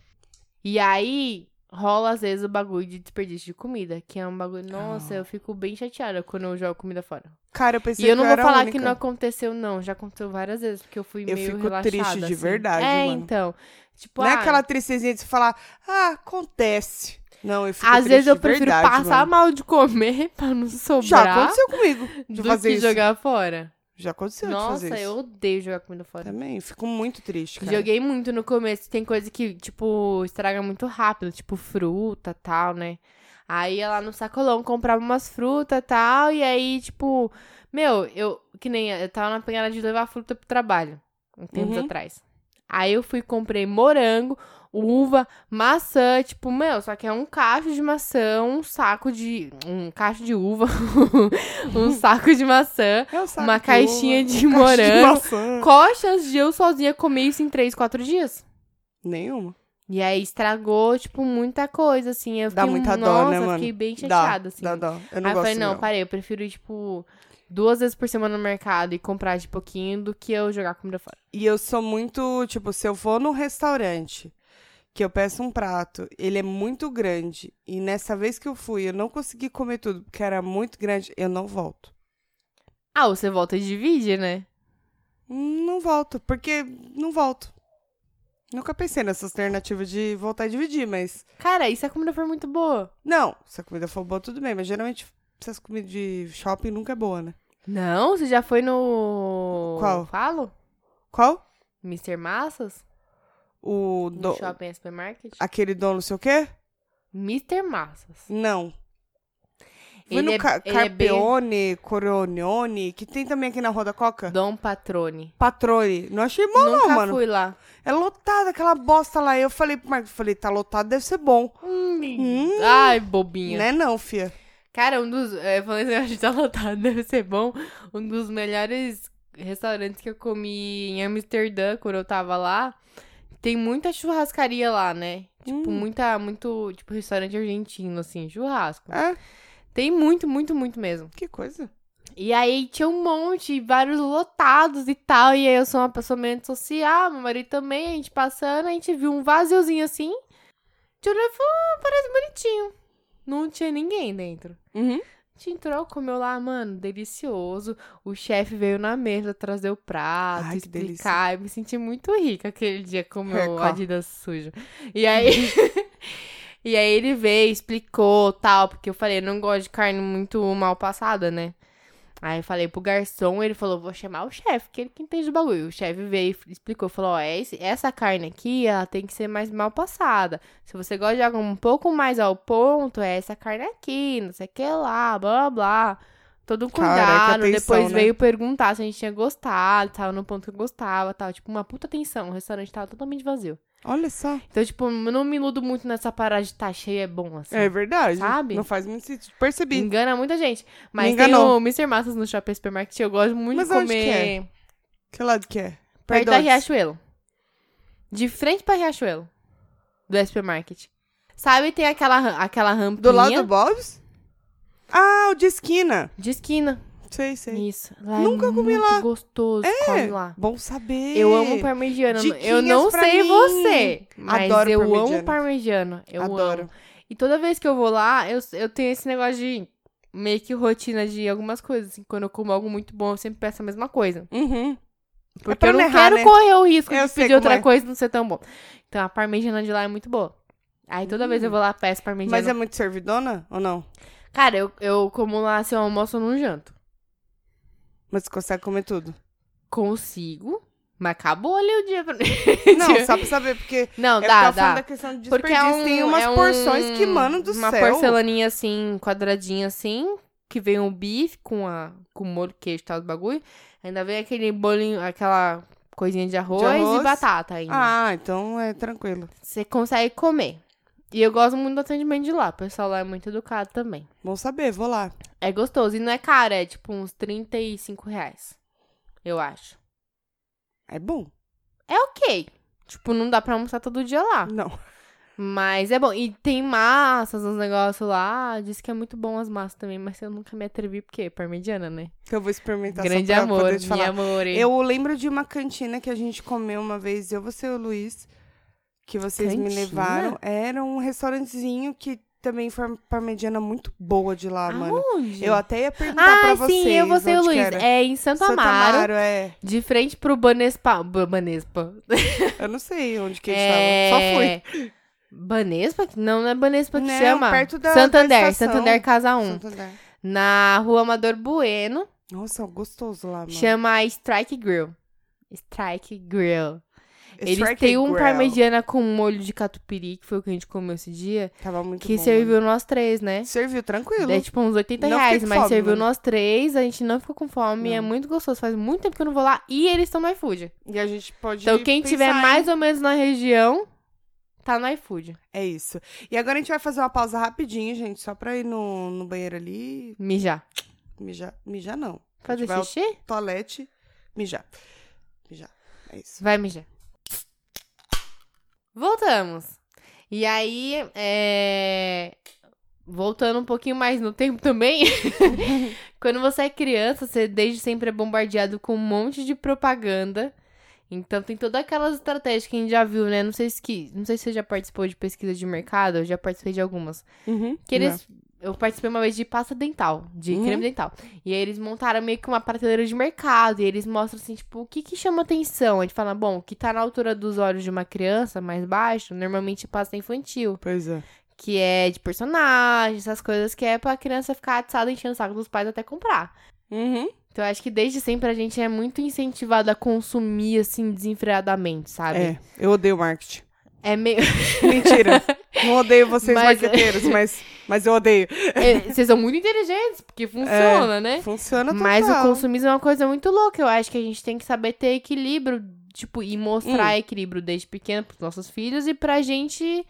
A: E aí rola às vezes o bagulho de desperdício de comida, que é um bagulho. Nossa,
B: Ah.
A: eu fico bem chateada quando eu jogo comida fora.
B: Cara, eu pensei
A: e eu não
B: que
A: vou
B: era a
A: falar
B: única.
A: que não tipo, aconteceu, não. Já aconteceu várias vezes, porque eu fui
B: Eu
A: meio
B: fico
A: relaxada.
B: triste de
A: assim.
B: verdade,
A: É,
B: mano.
A: então. Tipo,
B: Não é
A: ah,
B: aquela tristezinha de você falar, ah, acontece. Não, eu fico
A: às
B: triste
A: vezes eu
B: de
A: prefiro
B: verdade,
A: passar
B: mano.
A: mal de comer pra não
B: Já
A: sobrar
B: aconteceu comigo de
A: do
B: fazer
A: que
B: isso.
A: jogar fora.
B: Já aconteceu de
A: Nossa,
B: fazer
A: eu
B: isso.
A: odeio jogar comida fora.
B: Também, fico muito triste, cara.
A: Joguei muito no começo. Tem coisa que, tipo, estraga muito rápido, tipo fruta e tal, né? Aí ia lá no sacolão, comprava umas frutas e tal, e aí, tipo, meu, eu, que nem, eu tava na pegada de levar fruta pro trabalho, um tempos
B: Uhum.
A: atrás. Aí eu fui e comprei morango, uva, maçã, tipo, meu, só que é um cacho de maçã, um saco de, um cacho de uva, um saco de maçã,
B: É o saco
A: uma
B: de
A: caixinha
B: uva,
A: de
B: caixa de
A: morango,
B: maçã.
A: qual a chance de eu sozinha comer isso em 3, 4 dias?
B: Nenhuma.
A: E aí estragou, tipo, muita coisa, assim. Eu
B: Dá
A: fiquei,
B: muita dó,
A: nossa,
B: né,
A: eu
B: mano?
A: fiquei bem
B: Dá,
A: chateada, assim.
B: dá dó. Eu não
A: aí eu
B: gosto
A: falei, não,
B: não.
A: parei, eu prefiro, ir, tipo, duas vezes por semana no mercado e comprar de pouquinho do que eu jogar comida fora.
B: E eu sou muito, tipo, se eu vou num restaurante que eu peço um prato, ele é muito grande, e nessa vez que eu fui, eu não consegui comer tudo, porque era muito grande, eu não volto.
A: Ah, você volta e divide, né?
B: Não volto, porque não volto. Nunca pensei nessa alternativa de voltar e dividir, mas.
A: Cara, e se a comida for muito boa?
B: Não, se a comida for boa, tudo bem, mas geralmente essas comidas de shopping nunca é boa, né?
A: Não, você já foi no...
B: Qual?
A: Falo?
B: Qual?
A: Mr. Massas?
B: O.
A: No
B: Do...
A: shopping e supermarket?
B: Aquele dono, não sei o quê?
A: Mr. Massas.
B: Não. Fui
A: Ele
B: no
A: é-
B: Ca-
A: ele é bem-
B: Carpeone, Coronione, que tem também aqui na Rua da Coca.
A: Dom Patrone.
B: Patrone. Não achei bom,
A: Nunca
B: não, mano.
A: fui lá.
B: É lotada aquela bosta lá. Eu falei pro Marcos, falei, tá lotado, deve ser bom. Hum.
A: Ai, bobinha.
B: Né não, fia.
A: Cara, um dos. É, falando assim, a gente tá lotado, deve ser bom. Um dos melhores restaurantes que eu comi em Amsterdã, quando eu tava lá. Tem muita churrascaria lá, né? Tipo,
B: Hum.
A: muita, muito. Tipo, restaurante argentino, assim, churrasco.
B: É,
A: Tem muito, muito, muito mesmo.
B: que coisa.
A: E aí tinha um monte, vários lotados e tal. E aí eu sou uma pessoa meio antissocial, meu marido também, a gente passando, a gente viu um vaziozinho assim. Tio olhou e falou, "Ah, parece bonitinho. Não tinha ninguém dentro.
B: Uhum.
A: A gente entrou, comeu lá, mano, delicioso. O chefe veio na mesa trazer o prato,
B: Ai, que
A: explicar. Eu me senti muito rica aquele dia com o meu
B: Record.
A: Adidas sujo. E aí. e aí ele veio, explicou tal, porque eu falei, eu não gosto de carne muito mal passada, né? Aí eu falei pro garçom, ele falou, vou chamar o chefe, que ele que entende o bagulho. O chefe veio e explicou, falou, ó, esse- essa carne aqui, ela tem que ser mais mal passada. Se você gosta de algo um pouco mais ao ponto, é essa carne aqui, não sei o que lá, blá blá blá. Todo um cuidado.
B: Caraca, atenção,
A: Depois
B: né?
A: veio perguntar se a gente tinha gostado, tava no ponto que eu gostava, tal. Tipo, uma puta atenção. O restaurante tava totalmente vazio.
B: Olha só.
A: Então, tipo, eu não me iludo muito nessa parada de tá cheio é bom, assim.
B: É verdade.
A: Sabe?
B: Não faz muito sentido. Percebi.
A: Engana muita gente. Mas
B: Me
A: tem
B: enganou.
A: o Mr. Massas no Shopping Supermarket. Eu gosto muito
B: Mas
A: de
B: onde
A: comer
B: que é? Que lado que é?
A: perto da
B: Perdões.
A: Riachuelo. De frente pra Riachuelo. Do supermarket. Sabe, tem aquela, ram- aquela rampinha
B: Do lado do Bob's? Ah, o de esquina.
A: de esquina.
B: Sei, sei.
A: Isso. Lá
B: Nunca
A: é
B: comi
A: muito
B: lá. É.
A: gostoso. Come lá.
B: Bom saber.
A: Eu amo parmegiana. eu
B: Diquinhas
A: não
B: pra
A: sei
B: mim.
A: você, mas
B: Adoro
A: eu
B: parmegiana.
A: amo parmegiana. Eu
B: Adoro.
A: amo. E toda vez que eu vou lá, eu, eu tenho esse negócio de meio que rotina de algumas coisas. Assim, quando eu como algo muito bom, eu sempre peço a mesma coisa.
B: Uhum.
A: Porque
B: pra
A: eu não
B: não errar,
A: quero
B: né?
A: correr o risco
B: Eu
A: de
B: sei
A: pedir
B: como
A: outra
B: é.
A: coisa e não ser tão bom. Então a parmegiana de lá é muito boa. Aí toda vez eu vou lá, peço parmegiana.
B: Hum. Mas é muito servidona ou não?
A: Cara, eu, eu como lá, se eu almoço, eu não janto.
B: Mas você consegue comer tudo?
A: Consigo, mas acabou ali o dia pra mim.
B: Não, só pra saber, porque
A: Não,
B: é
A: dá,
B: porque
A: dá.
B: falando da questão de
A: Porque
B: desperdício.
A: é um,
B: tem umas
A: é um-
B: porções que, mano do
A: uma
B: céu.
A: porcelaninha assim, quadradinha assim, que vem um bife com a com molho, queijo e tal do bagulho. Ainda vem aquele bolinho, aquela coisinha de arroz,
B: arroz.
A: e batata ainda.
B: Ah, então é tranquilo.
A: Você consegue comer. E eu gosto muito do atendimento de lá. O pessoal lá é muito educado também.
B: Bom saber, vou lá.
A: É gostoso. E não é caro, é tipo uns 35 reais. Eu acho.
B: É bom?
A: É ok. Tipo, não dá pra almoçar todo dia lá.
B: Não.
A: Mas é bom. E tem massas, uns negócios lá. Diz que é muito bom as massas também, mas eu nunca me atrevi, porque é parmegiana, né?
B: Então eu vou experimentar
A: Grande
B: só pra
A: amor,
B: poder te falar.
A: minha amor. hein?
B: Eu lembro de uma cantina que a gente comeu uma vez, eu, você e o Luiz, que vocês me
A: Cantina?
B: levaram. Era um restaurantezinho que também foi uma parmegiana muito boa de lá, mano.
A: Aonde?
B: Eu até ia perguntar pra
A: ah,
B: vocês.
A: sim, eu, você e o
B: onde que
A: Luiz.
B: era.
A: É em Santo,
B: Santo
A: Amaro,
B: Amaro, é.
A: de frente pro Banespa. Ba- Banespa.
B: Eu não sei onde que a gente tava. Só fui.
A: É... Banespa? Não, não é Banespa que
B: Não,
A: chama.
B: perto da-
A: Santander,
B: da estação.
A: Santander Casa 1.
B: Santo André.
A: Na rua Amador Bueno,
B: Nossa, gostoso lá, mano.
A: chama Strike Grill. Strike Grill. Eles
B: Strike
A: têm um
B: Grill.
A: parmegiana com molho de catupiry, que foi o que a gente comeu esse dia,
B: Tava muito
A: que
B: bom,
A: serviu nós três, né?
B: mano. Serviu tranquilo.
A: É tipo uns 80
B: Não
A: reais,
B: fiquei com
A: mas
B: fome,
A: serviu
B: mano.
A: nós três, a gente não ficou com fome, é
B: Não.
A: muito gostoso, faz muito tempo que eu não vou lá e eles estão no iFood.
B: E a gente pode
A: Então quem
B: pensar
A: tiver
B: em-
A: mais ou menos na região, tá no iFood.
B: É isso. E agora a gente vai fazer uma pausa rapidinho, gente, só pra ir no, no banheiro ali.
A: Mijar.
B: Mijar, mijar não.
A: Fazer
B: vai ao-
A: xixi?
B: Toalete, mijar. Mijar. É isso.
A: Vai mijar. Voltamos. E aí, é, voltando um pouquinho mais no tempo também, quando você é criança, você desde sempre é bombardeado com um monte de propaganda. Então tem todas aquelas estratégias que a gente já viu, né? Não sei se que, não sei se você já participou de pesquisa de mercado, eu já participei de algumas.
B: Uhum.
A: Que eles eu participei uma vez de pasta dental, de
B: Uhum.
A: creme dental. E aí eles montaram meio que uma prateleira de mercado. E eles mostram assim, tipo, o que que chama atenção? A gente fala, bom, o que tá na altura dos olhos de uma criança, mais baixo, normalmente é pasta infantil.
B: Pois é.
A: Que é de personagem, essas coisas que é pra criança ficar atiçada enchendo o saco dos pais até comprar.
B: Uhum.
A: Então eu acho que desde sempre a gente é muito incentivado a consumir, assim, desenfreadamente, sabe?
B: É, eu odeio marketing.
A: É, meio.
B: Mentira. Não odeio vocês
A: Mas-
B: marqueteiros, mas, mas eu odeio.
A: é, Vocês são muito inteligentes, porque funciona, né?
B: Funciona total.
A: Mas o consumismo é uma coisa muito louca. Eu acho que a gente tem que saber ter equilíbrio, tipo, e mostrar
B: Hum.
A: equilíbrio desde pequeno pros nossos filhos e pra gente,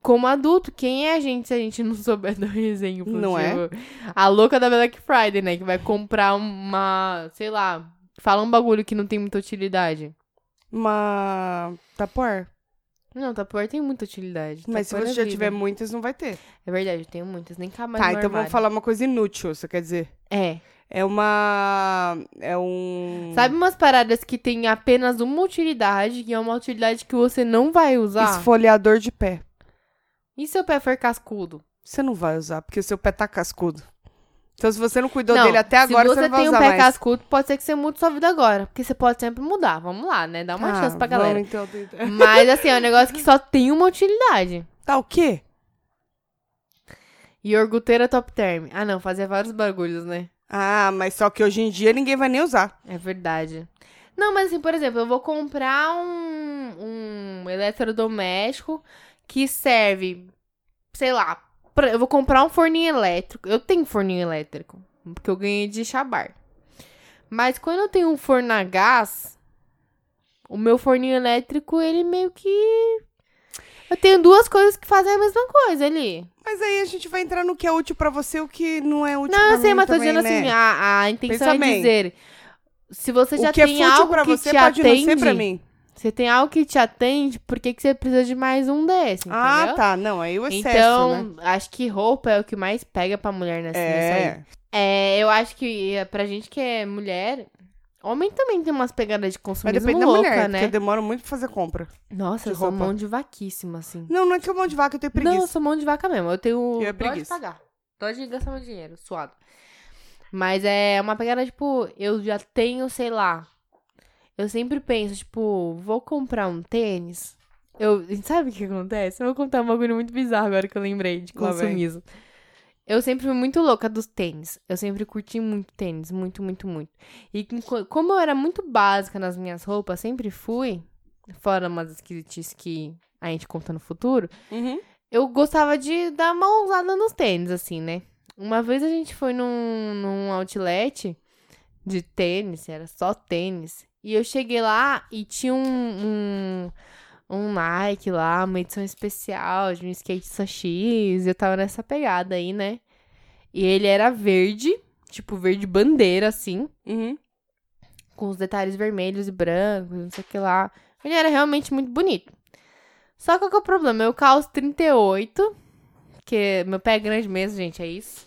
A: como adulto, quem é a gente se a gente não souber dar um exemplo?
B: Não é?
A: tipo, A louca da Black Friday, né? Que vai comprar uma, sei lá, fala um bagulho que não tem muita utilidade.
B: Uma... Tapor.
A: Não, Tupperware tem muita utilidade.
B: Mas se
A: Tupperware
B: você
A: é
B: já
A: vida.
B: tiver muitas, não vai ter.
A: É verdade, eu tenho muitas, nem cabe mais
B: tá,
A: no
B: então vamos
A: armário.
B: falar uma coisa inútil, você quer dizer?
A: É.
B: É uma... É um...
A: Sabe umas paradas que tem apenas uma utilidade, que é uma utilidade que você não vai usar?
B: Esfoliador de pé.
A: E se o pé for cascudo?
B: Você não vai usar, porque o seu pé tá cascudo. Então, se você não cuidou
A: Não,
B: dele até agora,
A: se
B: você
A: você
B: não vai
A: tem um
B: usar
A: pé
B: mais.
A: cascudo, pode ser que você mude sua vida agora. Porque você pode sempre mudar. Vamos lá, né? Dá uma
B: Ah,
A: chance pra
B: vamos,
A: galera.
B: então, tem-
A: Mas assim, é um negócio que só tem uma utilidade.
B: Tá o quê?
A: E orguteira top term. Ah, não, fazia vários bagulhos, né?
B: Ah, mas só que hoje em dia ninguém vai nem usar.
A: É verdade. Não, mas assim, por exemplo, eu vou comprar um, um eletrodoméstico que serve, sei lá, pra- eu vou comprar um forninho elétrico. Eu tenho forninho elétrico, porque eu ganhei de chabar. Mas quando eu tenho um forno a gás, o meu forninho elétrico, ele meio que... Eu tenho duas coisas que fazem a mesma coisa ali.
B: Mas aí a gente vai entrar no que é útil pra você e o que não é útil
A: Não,
B: pra
A: eu sei,
B: mim
A: mas tô
B: também,
A: dizendo
B: né?
A: assim, a, a intenção
B: Pensa bem.
A: é dizer... Se você já
B: o que é
A: tem
B: fútil
A: algo
B: pra
A: que
B: você
A: te
B: pode
A: atende,
B: não ser pra mim.
A: Você tem algo que te atende, por que, que você precisa de mais um desse? Entendeu?
B: Ah, tá. Não, aí o excesso,
A: Então,
B: né?
A: acho que roupa é o que mais pega pra mulher nessa nessa aí.
B: É.
A: É, eu acho que é, pra gente que é mulher, homem também tem umas pegadas de
B: Mas
A: consumismo
B: depende da
A: louca,
B: mulher,
A: né?
B: porque eu demoro muito pra fazer compra.
A: Nossa,
B: de
A: eu sou
B: roupa.
A: mão de vaquíssima, assim.
B: Não, não é que eu mão de vaca, eu tenho
A: Não, eu
B: preguiça.
A: sou mão de vaca mesmo. Eu tenho
B: Eu
A: dó de
B: é preguiça.
A: pagar. Dó de gastar meu dinheiro, suado. Mas é uma pegada, tipo, eu já tenho, sei lá. Eu sempre penso, tipo, vou comprar um tênis. Eu, sabe o que acontece? Eu vou contar um bagulho muito bizarro agora que eu lembrei de
B: Lá vem.
A: consumismo. Eu sempre fui muito louca dos tênis. Eu sempre curti muito tênis, muito, muito, muito. E co- como eu era muito básica nas minhas roupas, sempre fui, fora umas esquisitices que a gente conta no futuro,
B: Uhum.
A: eu gostava de dar uma ousada nos tênis, assim, né? Uma vez a gente foi num, num outlet de tênis, era só tênis. E eu cheguei lá e tinha um, um, um Nike lá, uma edição especial de um skatista X. Eu tava nessa pegada aí, né? E ele era verde, tipo verde bandeira, assim
B: Uhum.
A: com os detalhes vermelhos e brancos, não sei o que lá. Ele era realmente muito bonito. Só que qual que é o problema? Eu calço 38, que meu pé é grande mesmo, gente, é isso.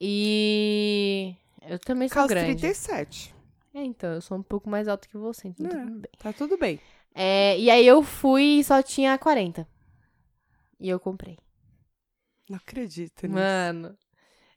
A: E eu também sou
B: Calça
A: grande.
B: 37.
A: É, então, eu sou um pouco mais alto que você, então
B: É.
A: tudo bem.
B: Tá tudo bem.
A: É, e aí eu fui e só tinha 40. E eu comprei.
B: Não acredito né? nisso.
A: Mano.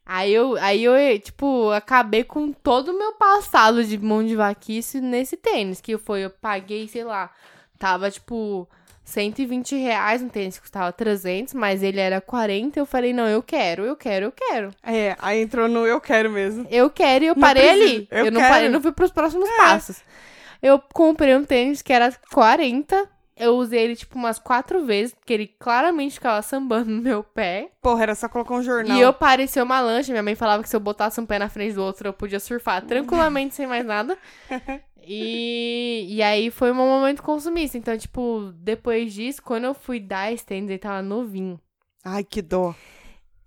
A: Aí eu, aí eu, tipo, acabei com todo o meu passado de mão de vaquice nesse tênis. Que foi, eu paguei, sei lá, tava, tipo, 120 reais um tênis que custava 300, mas ele era 40. Eu falei, não, eu quero, eu quero, eu quero.
B: É, aí entrou no eu quero mesmo.
A: Eu quero e eu
B: Não
A: parei
B: precisa,
A: ali. Eu,
B: eu
A: não
B: quero. É.
A: parei, não fui pros próximos passos. Eu comprei um tênis que era 40. Eu usei ele, tipo, umas quatro vezes, porque ele claramente ficava sambando no meu pé.
B: Porra, era só colocar um jornal.
A: E eu parecia uma lancha. Minha mãe falava que se eu botasse um pé na frente do outro, eu podia surfar tranquilamente sem mais nada. E, e aí foi um momento consumista. Então, tipo, depois disso, quando eu fui dar esse tênis, ele tava novinho.
B: Ai, que dó.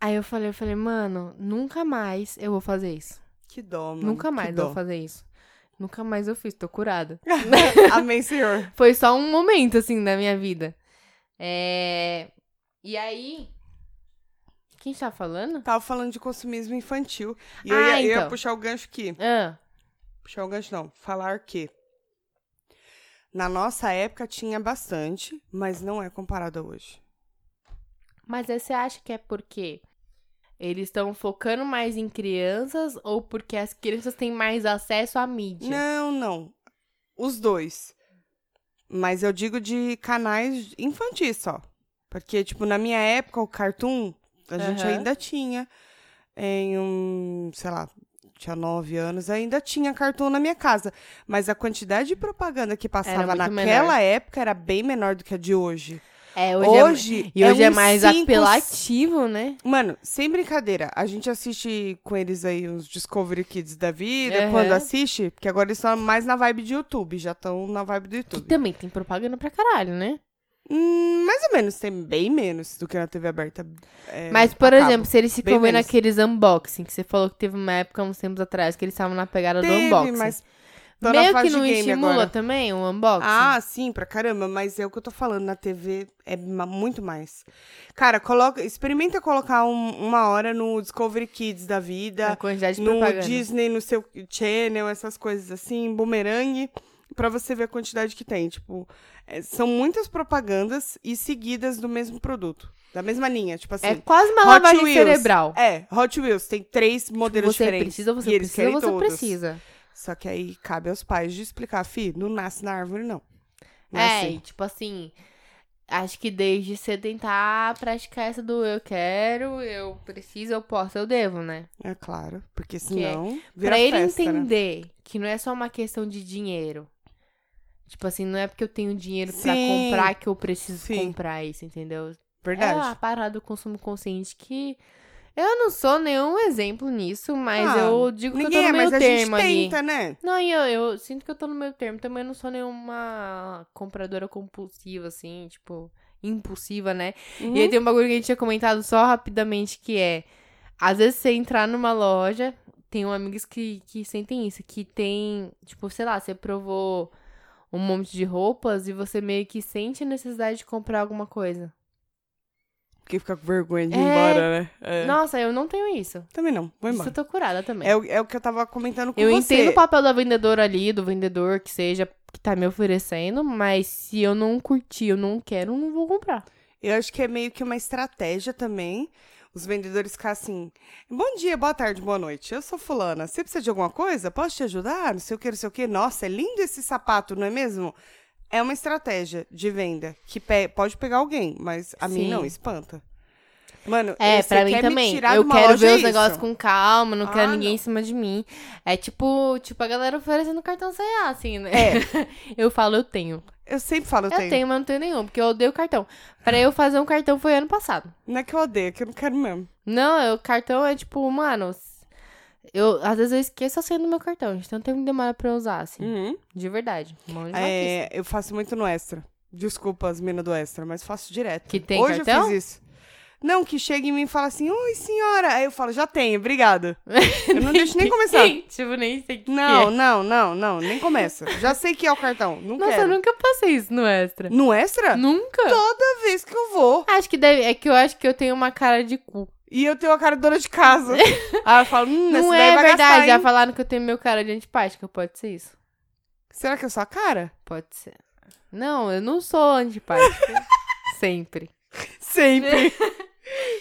A: Aí eu falei, eu falei, mano, nunca mais eu vou fazer isso.
B: Que dó, mano.
A: nunca mais
B: que
A: eu
B: dó.
A: vou fazer isso. Nunca mais eu fiz, tô curada.
B: Amém, senhor.
A: Foi só um momento, assim, da minha vida. É... E aí... Quem tá falando?
B: Tava falando de consumismo infantil. E eu,
A: Ah,
B: ia, eu ia
A: então.
B: puxar o gancho aqui.
A: Ah,
B: Puxar o gancho não. Falar que... Na nossa época tinha bastante, mas não é comparado a hoje.
A: mas aí você acha que é porque eles estão focando mais em crianças ou porque as crianças têm mais acesso à mídia?
B: Não, não. Os dois. Mas eu digo de canais infantis só. Porque, tipo, na minha época, o Cartoon, a gente
A: Aham.
B: ainda tinha. Em um, sei lá, tinha nove anos, ainda tinha Cartoon na minha casa. Mas a quantidade de propaganda que passava
A: muito
B: naquela
A: menor.
B: época era bem menor do que a de hoje.
A: É, hoje,
B: Hoje,
A: é... E hoje é,
B: uns
A: mais
B: cinco,
A: apelativo, né?
B: Mano, sem brincadeira, a gente assiste com eles aí uns Discovery Kids da vida,
A: Aham.
B: quando assiste, porque agora eles estão mais na vibe de YouTube, já estão na vibe do
A: Que
B: YouTube.
A: também tem propaganda pra caralho, né?
B: Hum, mais ou menos, tem bem menos do que na TV aberta. é,
A: Mas, por
B: a cabo.
A: exemplo, se eles ficam
B: Bem
A: vendo
B: menos.
A: aqueles unboxing, que você falou que teve uma época, uns tempos atrás, que eles estavam na pegada do
B: Teve,
A: unboxing.
B: mas tô na
A: Meio
B: fase
A: que
B: de
A: não
B: game
A: estimula
B: agora.
A: também o unboxing?
B: Ah, sim, pra caramba, mas é o que eu tô falando, na TV é ma- muito mais. Cara, coloca, experimenta colocar um- uma hora no Discovery Kids da vida.
A: a quantidade de
B: no
A: propaganda.
B: Disney, no seu channel, essas coisas assim, boomerang, pra você ver a quantidade que tem. Tipo, é, são muitas propagandas e seguidas do mesmo produto, da mesma linha, tipo assim.
A: É quase uma
B: Hot
A: lavagem
B: Wheels.
A: cerebral.
B: É, Hot Wheels tem três modelos
A: Tipo, Você
B: diferentes.
A: precisa, você
B: e eles
A: precisa,
B: querem
A: você
B: todos.
A: precisa.
B: Só que aí cabe aos pais de explicar, fi, não nasce na árvore, não. Não
A: é,
B: assim.
A: e tipo assim, acho que desde você tentar praticar essa do eu quero, eu preciso, eu posso, eu devo, né?
B: É claro, porque senão vira
A: é. pra ele
B: festa, né?
A: entender que não é só uma questão de dinheiro. Tipo assim, não é porque eu tenho dinheiro pra
B: Sim.
A: comprar que eu preciso
B: Sim.
A: comprar isso, entendeu? É uma
B: Verdade.
A: parada do consumo consciente que eu não sou nenhum exemplo nisso, mas
B: Ah,
A: eu digo que eu tô
B: Ninguém
A: no
B: é,
A: meio
B: mas a gente
A: termo ali.
B: tenta, né?
A: Não, e eu, eu sinto que eu tô no meio termo. Também eu não sou nenhuma compradora compulsiva, assim, tipo, impulsiva, né? E
B: Uhum.
A: aí tem um bagulho que a gente tinha comentado só rapidamente, que é... Às vezes você entrar numa loja, tem um amigos que, que sentem isso, que tem, tipo, sei lá, você provou um monte de roupas e você meio que sente a necessidade de comprar alguma coisa.
B: Porque fica com vergonha de ir
A: É.
B: embora, né? É.
A: Nossa, eu não tenho isso.
B: Também não, vou
A: Isso
B: embora.
A: eu tô curada também.
B: É o, é o que eu tava comentando com
A: Eu
B: você.
A: entendo o papel da vendedora ali, do vendedor que seja, que tá me oferecendo, mas se eu não curtir, eu não quero, eu não vou comprar.
B: Eu acho que é meio que uma estratégia também. Os vendedores ficam assim: bom dia, boa tarde, boa noite. Eu sou Fulana. Você precisa de alguma coisa? Posso te ajudar? Não sei o que, não sei o que. Nossa, é lindo esse sapato, não é mesmo? É uma estratégia de venda que pe- pode pegar alguém, mas a mim
A: Sim.
B: não, espanta. Mano,
A: É,
B: você
A: pra mim
B: quer me
A: também.
B: tirar de
A: Eu
B: uma
A: quero
B: loja,
A: ver
B: é
A: os
B: isso.
A: negócios com calma, não
B: Ah,
A: quero ninguém
B: não.
A: em cima de mim. É tipo, tipo a galera oferecendo cartão CA, assim, né?
B: É.
A: eu falo, eu tenho.
B: Eu sempre falo, eu,
A: Eu
B: tenho.
A: tenho, mas não tenho nenhum, porque eu odeio cartão. Pra eu fazer um cartão foi ano passado.
B: Não é que eu odeio, é que eu não quero mesmo.
A: Não, eu- cartão é tipo, mano. Eu, às vezes eu esqueço a senha do meu cartão, gente. Então tem que demora pra eu usar, assim.
B: Uhum.
A: De verdade. Mão de maquice.
B: É, eu faço muito no extra. Desculpa as minas do extra, mas faço direto.
A: Que tem
B: Hoje
A: cartão?
B: eu fiz isso. Não, que chega em mim e fala assim, oi senhora. Aí eu falo, já tenho, obrigado. Eu não deixo nem começar.
A: tipo, nem sei o que
B: Não,
A: é.
B: não, não, não, nem começa. Já sei que é o cartão. Não
A: Nossa, eu
B: quero.
A: nunca passei isso no extra.
B: No extra?
A: Nunca?
B: Toda vez que eu vou.
A: Acho que deve. É que eu acho que eu tenho uma cara de cu.
B: E eu tenho a cara de dona de casa. Aí eu falo, hum, essa
A: não
B: daí
A: é
B: vai
A: verdade.
B: gastar, hein?
A: Já falaram que eu tenho meu cara de antipática. Pode ser isso?
B: Será que é só a cara?
A: Pode ser. Não, eu não sou antipática. Sempre.
B: Sempre.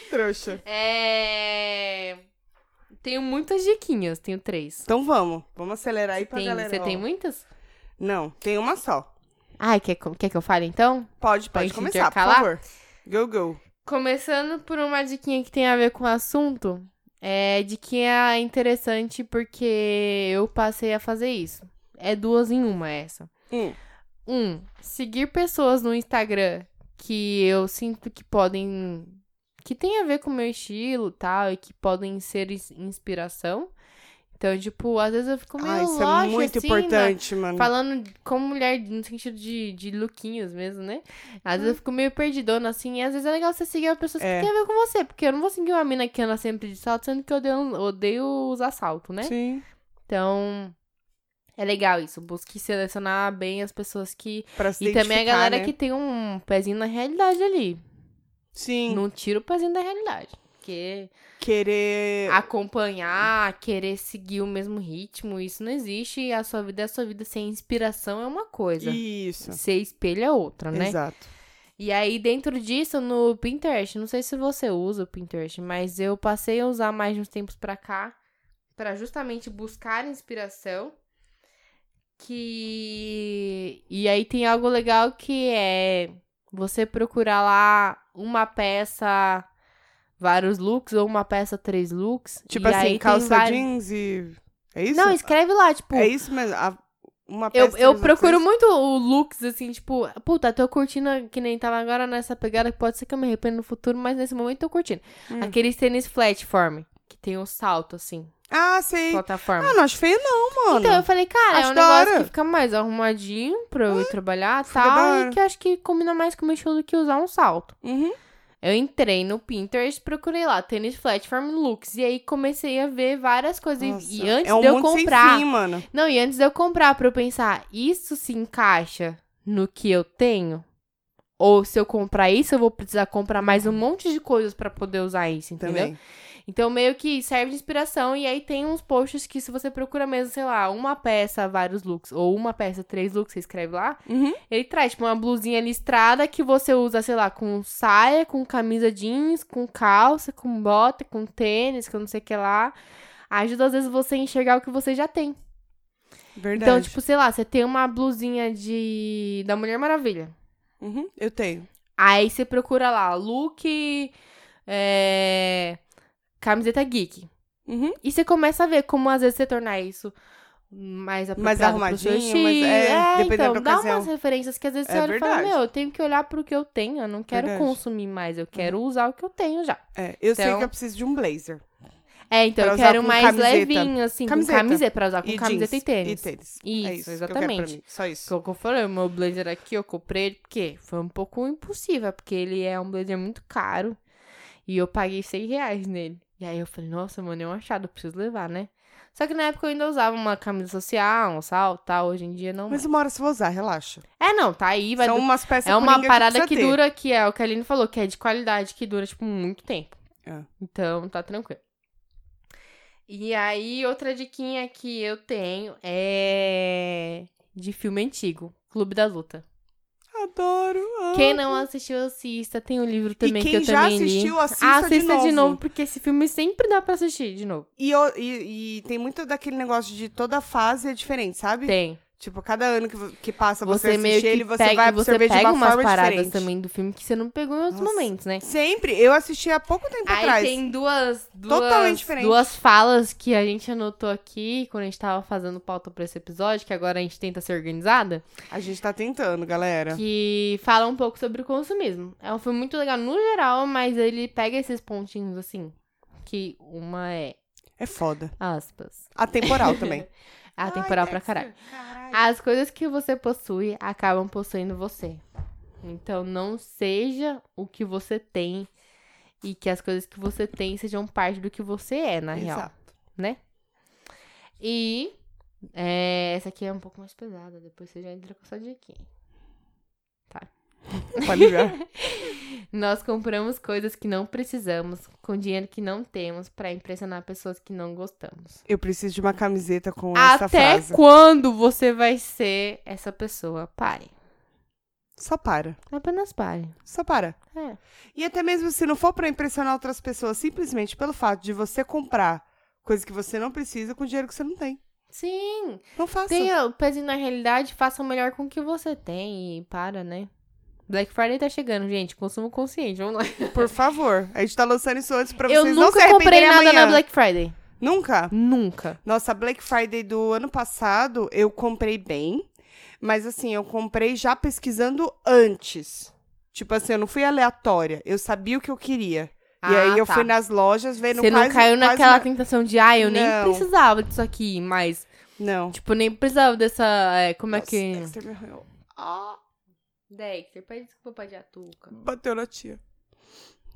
B: Trouxa.
A: É. Tenho muitas diquinhas, tenho três.
B: Então vamos, vamos acelerar aí pra
A: Tem-
B: galera.
A: você
B: ó.
A: tem muitas?
B: Não, tem uma só.
A: Ai, quer, co- quer que eu fale então?
B: Pode,
A: Pra
B: pode
A: gente
B: começar, por
A: intercalar?
B: favor. Go, go.
A: Começando por uma diquinha que tem a ver com o assunto. É, diquinha interessante porque eu passei a fazer isso. É duas em uma essa.
B: Hum.
A: Um, seguir pessoas no Instagram que eu sinto que podem. que tem a ver com o meu estilo e tal, e que podem ser ins- inspiração. Então, tipo, às vezes eu fico meio
B: Ah, isso
A: loxa,
B: é muito
A: assim, na-
B: importante, mano.
A: Falando como mulher no sentido de, de lookinhos mesmo, né? Às vezes eu fico meio perdidona, assim, e às vezes é legal você seguir pessoas
B: Uhum. É.
A: que tem a ver com você, porque eu não vou seguir uma mina que anda sempre de salto, sendo que eu odeio, odeio os assaltos, né?
B: Sim.
A: Então, É legal isso. Busque selecionar bem as pessoas que.
B: Pra se
A: E também a
B: identificar,
A: galera
B: né?
A: que tem um pezinho na realidade ali.
B: Sim,
A: Não tira o pezinho da realidade. Porque
B: querer...
A: acompanhar, querer seguir o mesmo ritmo, isso não existe. E a sua vida é a sua vida. Ser inspiração é uma coisa.
B: Isso,
A: Ser espelho é outra, né?
B: exato.
A: E aí, dentro disso, no Pinterest, não sei se você usa o Pinterest, mas eu passei a usar mais de uns tempos pra cá, pra justamente buscar inspiração. Que. E aí tem algo legal que é você procurar lá uma peça, vários looks, ou uma peça, três looks.
B: Tipo
A: e aí
B: assim,
A: tem
B: calça
A: vários-
B: jeans e... É isso?
A: Não, escreve lá, tipo.
B: É isso mesmo? A- Uma peça...
A: Eu, eu
B: três
A: procuro
B: opções?
A: muito o looks, assim, tipo, puta, tô curtindo que nem tava agora nessa pegada, que pode ser que eu me arrependa no futuro, mas nesse momento tô curtindo.
B: Hum.
A: Aqueles tênis flatform, que tem um salto, assim,
B: Ah, sei.
A: plataforma.
B: Ah, não acho feio não, mano.
A: então eu falei, cara, é
B: acho
A: um
B: da
A: negócio
B: hora. É,
A: que fica mais arrumadinho pra eu ir trabalhar e
B: da
A: tal,
B: hora.
A: e que eu acho que combina mais com o meu estilo do que usar um salto.
B: Uhum.
A: Eu entrei no Pinterest, procurei lá, tênis flatform looks, e aí comecei a ver várias coisas. e-
B: Nossa,
A: e antes
B: é um
A: de eu
B: mundo sem
A: comprar.
B: fim, mano.
A: Não, e antes de eu comprar, pra eu pensar, isso se encaixa no que eu tenho? Ou se eu comprar isso, eu vou precisar comprar mais um monte de coisas pra poder usar isso, entendeu?
B: Também.
A: Então, meio que serve de inspiração. E aí tem uns posts que, se você procura mesmo, sei lá, uma peça, vários looks, ou uma peça, três looks, você escreve lá,
B: Uhum.
A: ele traz, tipo, uma blusinha listrada que você usa, sei lá, com saia, com camisa jeans, com calça, com bota, com tênis, com não sei o que lá. Ajuda, às vezes, você a enxergar o que você já tem.
B: Verdade.
A: Então, tipo, sei lá, você tem uma blusinha de da Mulher Maravilha.
B: Uhum, Eu tenho.
A: Aí você procura lá, look, é, camiseta geek.
B: Uhum.
A: E você começa a ver como às vezes você tornar isso mais apropriado pro seu
B: arrumadinho, mais-
A: estilo.
B: é, dependendo
A: então,
B: da
A: dá
B: ocasião.
A: umas referências que às vezes você
B: É
A: olha e fala,
B: verdade.
A: meu, eu tenho que olhar pro que eu tenho, eu não quero
B: Verdade. Uhum.
A: consumir mais, eu quero usar o que eu tenho já.
B: É, eu sei
A: Então-
B: que eu preciso de um blazer.
A: É, então
B: Pra
A: eu
B: usar
A: quero
B: com
A: mais
B: camiseta.
A: levinho, assim,
B: Camiseta.
A: com camiseta, pra usar com
B: e
A: camiseta
B: jeans,
A: e tênis.
B: E tênis.
A: Isso,
B: é isso Que eu quero
A: exatamente.
B: pra mim. Só isso.
A: Só que eu falei, o meu blazer aqui eu comprei ele porque foi um pouco impossível, porque ele é um blazer muito caro. E eu paguei 100 reais nele. E aí eu falei, nossa, mano, é um achado, eu preciso levar, né? Só que na época eu ainda usava uma camisa social, um salto, tal. Hoje em dia não.
B: Mas
A: mais.
B: uma hora você vai usar, relaxa.
A: É, não, tá aí, vai.
B: São
A: du-
B: umas peças
A: É uma
B: coringa
A: parada
B: precisa
A: que,
B: ter.
A: dura, que é o que a Aline falou, que é de qualidade, que dura, tipo, muito tempo.
B: É.
A: Então, tá tranquilo. E aí, outra diquinha que eu tenho é de filme antigo, Clube da Luta.
B: Adoro. amo.
A: Quem não assistiu, assista. Tem um livro também
B: Uhum. e
A: que
B: quem
A: eu
B: já
A: também li.
B: assistiu, assista,
A: Ah, assista
B: de novo.
A: porque esse filme sempre dá pra assistir de novo.
B: E, eu- e- e tem muito daquele negócio de toda fase é diferente, sabe?
A: Tem.
B: Tipo, cada ano que, vo- que passa você,
A: Você,
B: assiste
A: meio que
B: ele, você
A: pega,
B: vai
A: você
B: absorver de
A: pega
B: uma
A: umas
B: forma
A: paradas
B: diferente.
A: também do filme que você não pegou em outros
B: Nossa.
A: momentos, né?
B: Sempre. Eu assisti há pouco tempo
A: Aí
B: atrás.
A: tem duas, duas,
B: Totalmente diferente.
A: duas falas que a gente anotou aqui quando a gente tava fazendo pauta pra esse episódio, que agora a gente tenta ser organizada,
B: A gente tá tentando, galera.
A: que fala um pouco sobre o consumismo. É um filme muito legal no geral, mas ele pega esses pontinhos assim, que uma é
B: É foda.
A: aspas.
B: Atemporal também.
A: Ah, temporal pra caralho. As coisas que você possui acabam possuindo você. Então não seja o que você tem e que as coisas que você tem sejam parte do que você é, na real. né?
B: Exato.
A: E é, essa aqui é um pouco mais pesada, depois você já entra com essa dica.
B: Pode ver.
A: Nós compramos coisas que não precisamos, com dinheiro que não temos, pra impressionar pessoas que não gostamos.
B: Eu preciso de uma camiseta com essa
A: Até
B: frase.
A: quando você vai ser essa pessoa? Pare.
B: Só para.
A: Apenas pare.
B: Só para.
A: É.
B: E até mesmo se não for pra impressionar outras pessoas, simplesmente pelo fato de você comprar coisa que você não precisa com dinheiro que você não tem.
A: Sim,
B: Não faça.
A: Tenha o pezinho na realidade, faça o melhor com o que você tem e para, né? Black Friday tá chegando, gente. Consumo consciente, vamos lá.
B: Por favor. A gente tá lançando isso antes pra
A: Eu
B: vocês não se
A: nunca comprei
B: arrependerem
A: nada
B: amanhã.
A: na Black Friday.
B: Nunca?
A: Nunca.
B: Nossa, Black Friday do ano passado, eu comprei bem. Mas assim, eu comprei já pesquisando antes. Tipo assim, eu não fui aleatória. Eu sabia o que eu queria. e aí eu fui nas lojas vendo
A: Ah, tá. Você não
B: quais-
A: caiu
B: quais
A: naquela
B: ma-
A: tentação de, ah, eu nem
B: Não.
A: precisava disso aqui, mas.
B: Não.
A: Tipo, nem precisava dessa. é, como é
B: Nossa,
A: que.
B: Dexter me arranhou. Ah,
A: Dexter, pede desculpa pra Jatuca.
B: bateu na tia.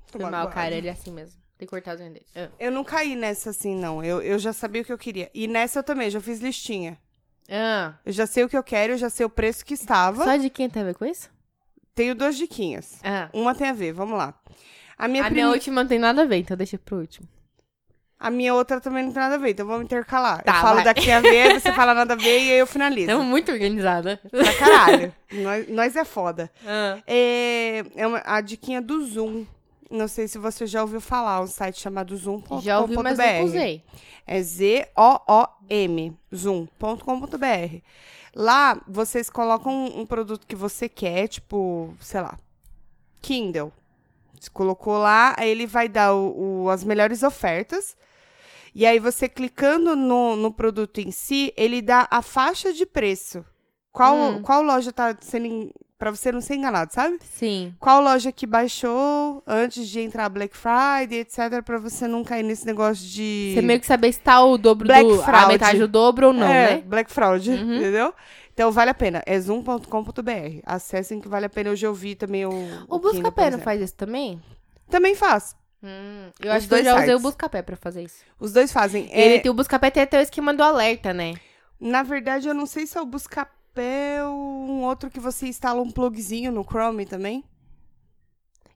A: Foi
B: Tomar
A: mal,
B: guarda.
A: cara, ele é assim mesmo. Tem que cortar os dele. Ah.
B: Eu não caí nessa assim, não. Eu, eu já sabia o que eu queria. E nessa eu também, já fiz listinha.
A: Ah,
B: Eu já sei o que eu quero, eu já sei o preço que estava.
A: só de quem tem a ver com isso?
B: Tenho duas diquinhas.
A: Ah.
B: Uma tem a ver, vamos lá. A minha,
A: a
B: prime-
A: minha última não tem nada a ver, então deixa pro último.
B: a minha outra também não tem nada a ver, então vamos intercalar.
A: Tá,
B: eu falo
A: vai. Então
B: da que tem a ver, você fala nada a ver e aí eu finalizo.
A: Estamos muito organizada.
B: Pra caralho. nós, nós é foda.
A: Ah.
B: É, é uma- a diquinha do Zoom. Não sei se você já ouviu falar, um site chamado zoom.com.br.
A: Já ouvi, mas nunca usei.
B: É Z-O-O-M, zoom.com.br. Lá, vocês colocam um, um produto que você quer, tipo, sei lá, Kindle. Você colocou lá, aí ele vai dar o- o- as melhores ofertas. E aí, você clicando no, no produto em si, ele dá a faixa de preço. Qual,
A: Hum.
B: qual loja tá sendo. en- Pra você não ser enganado, sabe?
A: Sim.
B: Qual loja que baixou antes de entrar a Black Friday, etc., pra você não cair nesse negócio de.
A: Você meio que saber se tá o dobro
B: Black
A: do. A
B: Fraud.
A: metade do dobro ou não,
B: é,
A: né?
B: Black Fraud,
A: Uhum.
B: entendeu? Então vale a pena. É zoom.com.br. Acessem que vale a pena. Hoje eu vi também o.
A: O
B: Kindle, por
A: Um Buscapé não
B: exemplo.
A: faz isso também?
B: Também faz.
A: Hum, eu
B: Os
A: acho que eu
B: dois
A: já usei o
B: sites.
A: Buscapé pra fazer isso.
B: Os dois fazem. É,
A: Ele tem o Buscapé tem até o esquema do alerta, né?
B: Na verdade, eu não sei se é o Buscapé ou um outro que você instala um plugzinho no Chrome também.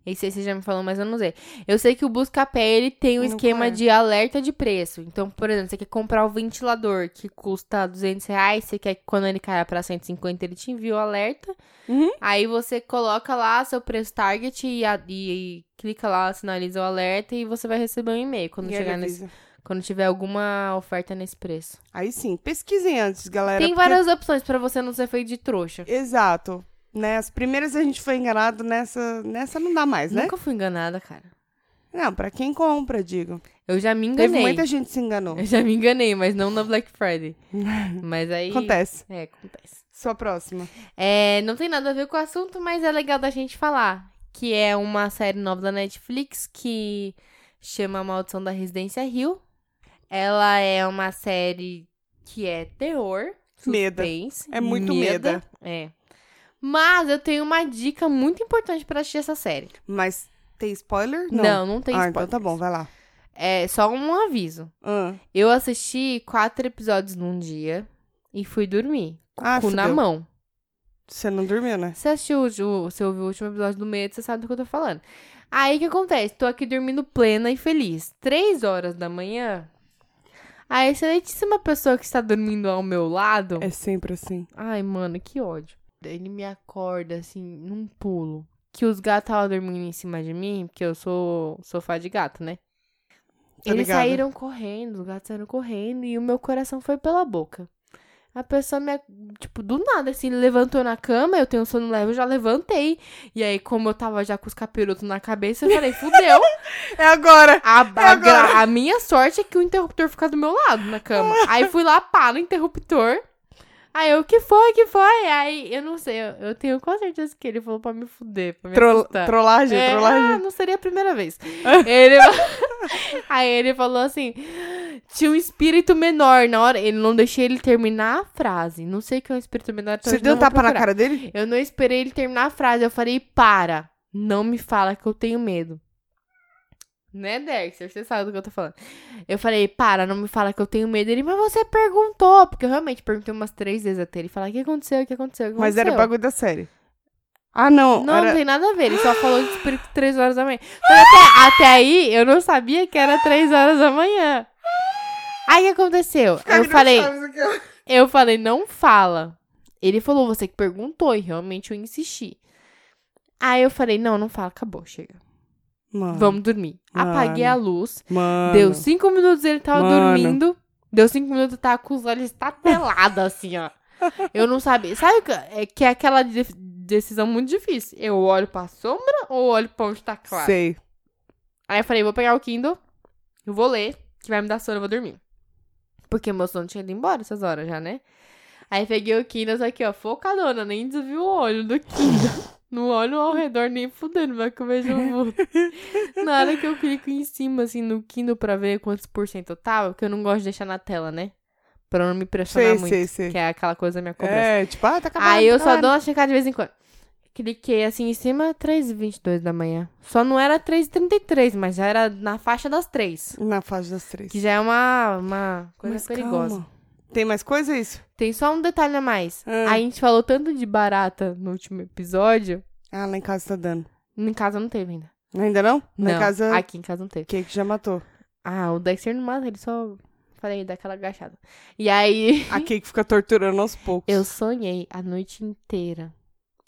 A: Esse aí você já me falou, mas eu não sei. Eu sei que o Buscapé, ele tem um
B: Não
A: esquema
B: conheço.
A: de alerta de preço. Então, por exemplo, você quer comprar o ventilador que custa 200 reais, você quer que quando ele caia pra 150 ele te envia o alerta.
B: Uhum.
A: Aí você coloca lá seu preço target e, a- e- e clica lá, sinaliza o alerta e você vai receber um e-mail quando,
B: E ele
A: chegar nesse-
B: avisa.
A: quando tiver alguma oferta nesse preço.
B: Aí sim, pesquisem antes, galera.
A: tem
B: porque-
A: várias opções pra você não ser feito de trouxa.
B: Exato. Né? As primeiras a gente foi enganado, nessa, nessa não dá mais, né?
A: Nunca fui enganada, cara.
B: Não, pra quem compra, digo.
A: Eu já me
B: Teve
A: enganei.
B: muita gente se enganou.
A: Eu já me enganei, mas não na Black Friday. Mas aí.
B: Acontece.
A: É, acontece.
B: Sua próxima.
A: É, não tem nada a ver com o assunto, mas é legal da gente falar. Que é uma série nova da Netflix que chama A Maldição da Residência Hill. Ela é uma série que é terror.
B: Meda.
A: suspense,
B: É muito meda.
A: É. Mas eu tenho uma dica muito importante pra assistir essa série.
B: Mas tem spoiler?
A: Não, não, tem
B: ah,
A: spoiler.
B: então tá bom, vai lá.
A: É só um aviso.
B: Ah,
A: Eu assisti quatro episódios num dia e fui dormir.
B: Ah,
A: cu na
B: fudeu.
A: mão.
B: Você não dormiu, né?
A: Você assistiu, o, o- você ouviu o último episódio do Medo, você sabe do que eu tô falando. Aí o que acontece? Tô aqui dormindo plena e feliz. Três horas da manhã, a excelentíssima pessoa que está dormindo ao meu lado.
B: É sempre assim.
A: Ai, mano, que ódio. Ele me acorda assim, num pulo. Que os gatos estavam dormindo em cima de mim, porque eu sou sofá de gato, né?
B: Tá
A: Eles
B: ligado?
A: saíram correndo, os gatos saíram correndo e o meu coração foi pela boca. A pessoa me, ac- tipo, do nada, assim, levantou na cama, eu tenho sono leve, eu já levantei. E aí, como eu tava já com os capirotos na cabeça, eu falei, fudeu.
B: É agora!
A: A, a
B: agora.
A: gra- a minha sorte é que o interruptor fica do meu lado na cama. Aí fui lá, pá, no interruptor. Aí eu, que foi, que foi? Aí, eu não sei, eu, eu tenho com certeza que ele falou pra me fuder, pra me
B: Tro
A: assustar.
B: trollagem,
A: É,
B: trollagem.
A: ah, não seria a primeira vez. Ele- Aí ele falou assim: tinha um espírito menor na hora. Ele não deixei ele terminar a frase. Não sei o que é um espírito menor. então
B: Você
A: eu
B: deu
A: não vou
B: tapa na
A: procurar.
B: cara dele?
A: Eu não esperei ele terminar a frase. Eu falei: para, não me fala que eu tenho medo. Né, Dexter? Você sabe do que eu tô falando. Eu falei, para, não me fala que eu tenho medo. Ele, mas você perguntou. Porque eu realmente perguntei umas três vezes até ele. Falar, o que aconteceu, o que aconteceu, o que
B: Mas era o
A: aconteceu?"
B: bagulho da série. Ah, não.
A: Não, não
B: era...
A: tem nada a ver. Ele só falou de espírito 3 horas da manhã. Só que até, até aí, eu não sabia que era 3 horas da manhã. Aí o que aconteceu? Eu falei, eu falei, não fala. Ele falou, você que perguntou, e realmente eu insisti. Aí eu falei, não, não fala, acabou, chega.
B: Mano,
A: Vamos dormir.
B: Mano.
A: Apaguei a luz,
B: Mano.
A: Deu cinco minutos ele tava
B: Ah. Mano.
A: dormindo. Deu cinco minutos tava com os olhos tatelados, assim, ó. Eu não sabia. Sabe o que é, que é aquela de- decisão muito difícil? Eu olho pra sombra ou olho pra onde tá claro?
B: Sei.
A: Aí eu falei, vou pegar o Kindle, eu vou ler, que vai me dar sono, eu vou dormir. Porque meu sono tinha ido embora essas horas já, né? Aí peguei o Kindle, só que, ó, focadona, nem desvio o olho do Kindle. Não olho ao redor nem fudendo, vai que eu vejo o vulto. Na hora que eu clico em cima, assim, no Kindle pra ver quantos por cento eu tava, porque eu não gosto de deixar na tela, né? Pra não me pressionar
B: Sei,
A: muito,
B: sei, sei.
A: que é aquela coisa da minha cobrança.
B: É, tipo, ah, tá acabando.
A: Aí eu só
B: caralho.
A: dou uma checada de vez em quando. Cliquei assim em cima, 3h22 da manhã. Só não era 3h33, mas já era na faixa das 3.
B: Na fase das três.
A: Que já é uma, uma coisa
B: Mas
A: perigosa.
B: calma. Tem mais coisa é isso?
A: Tem só um detalhe a mais.
B: Ah.
A: A gente falou tanto de barata no último episódio.
B: Ah, lá em casa tá dando.
A: Em casa não teve ainda.
B: Ainda não?
A: Não,
B: Lá em casa,
A: aqui em casa não teve.
B: Cake já matou.
A: Ah, o Dexter não mata, ele só... Falei, dá aquela agachada. E aí...
B: A Cake fica torturando aos poucos.
A: Eu sonhei a noite inteira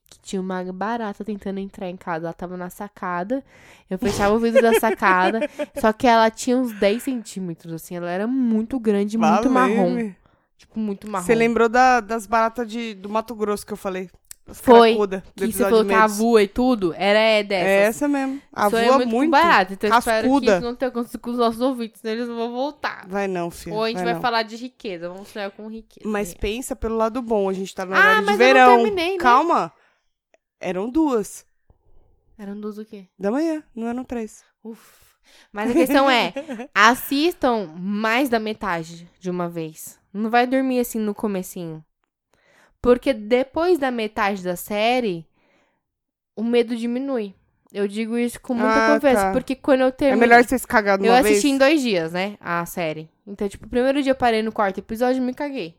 A: que tinha uma barata tentando entrar em casa. Ela tava na sacada. Eu fechava o vidro da sacada. Só que ela tinha uns 10 centímetros, assim. Ela era muito grande, muito
B: Valeu,
A: marrom.
B: me.
A: Tipo, muito marrom.
B: Você lembrou da- das baratas de, do Mato Grosso que eu falei? As
A: Foi,
B: cracuda, do
A: que você
B: episódio
A: falou que a
B: Mendes.
A: avua e tudo, era é dessa.
B: É essa mesmo. A
A: Sonhei
B: voa
A: muito, com
B: muito.
A: barata. Então eu espero que
B: cascuda.
A: isso não tenha acontecido com os nossos ouvintes, senão eles não vão voltar.
B: Vai não, filho.
A: Ou a gente vai,
B: é não.
A: falar de riqueza. Vamos sonhar com riqueza.
B: Mas pensa pelo lado bom, a gente tá no
A: ah,
B: horário
A: mas
B: de verão.
A: eu não terminei, né?
B: Calma. Eram duas
A: Eram duas um o quê?
B: da manhã, não eram três.
A: Uf. Mas a questão é, assistam mais da metade de uma vez. Não vai dormir assim no comecinho. Porque depois da metade da série, o medo diminui. Eu digo isso com muita
B: Ah,
A: confiança,
B: tá.
A: porque quando eu
B: É
A: terminei...
B: melhor vocês cagar numa
A: Eu assisti
B: vez.
A: em dois dias, né? A série. Então, tipo, o primeiro dia eu parei no quarto episódio e me caguei.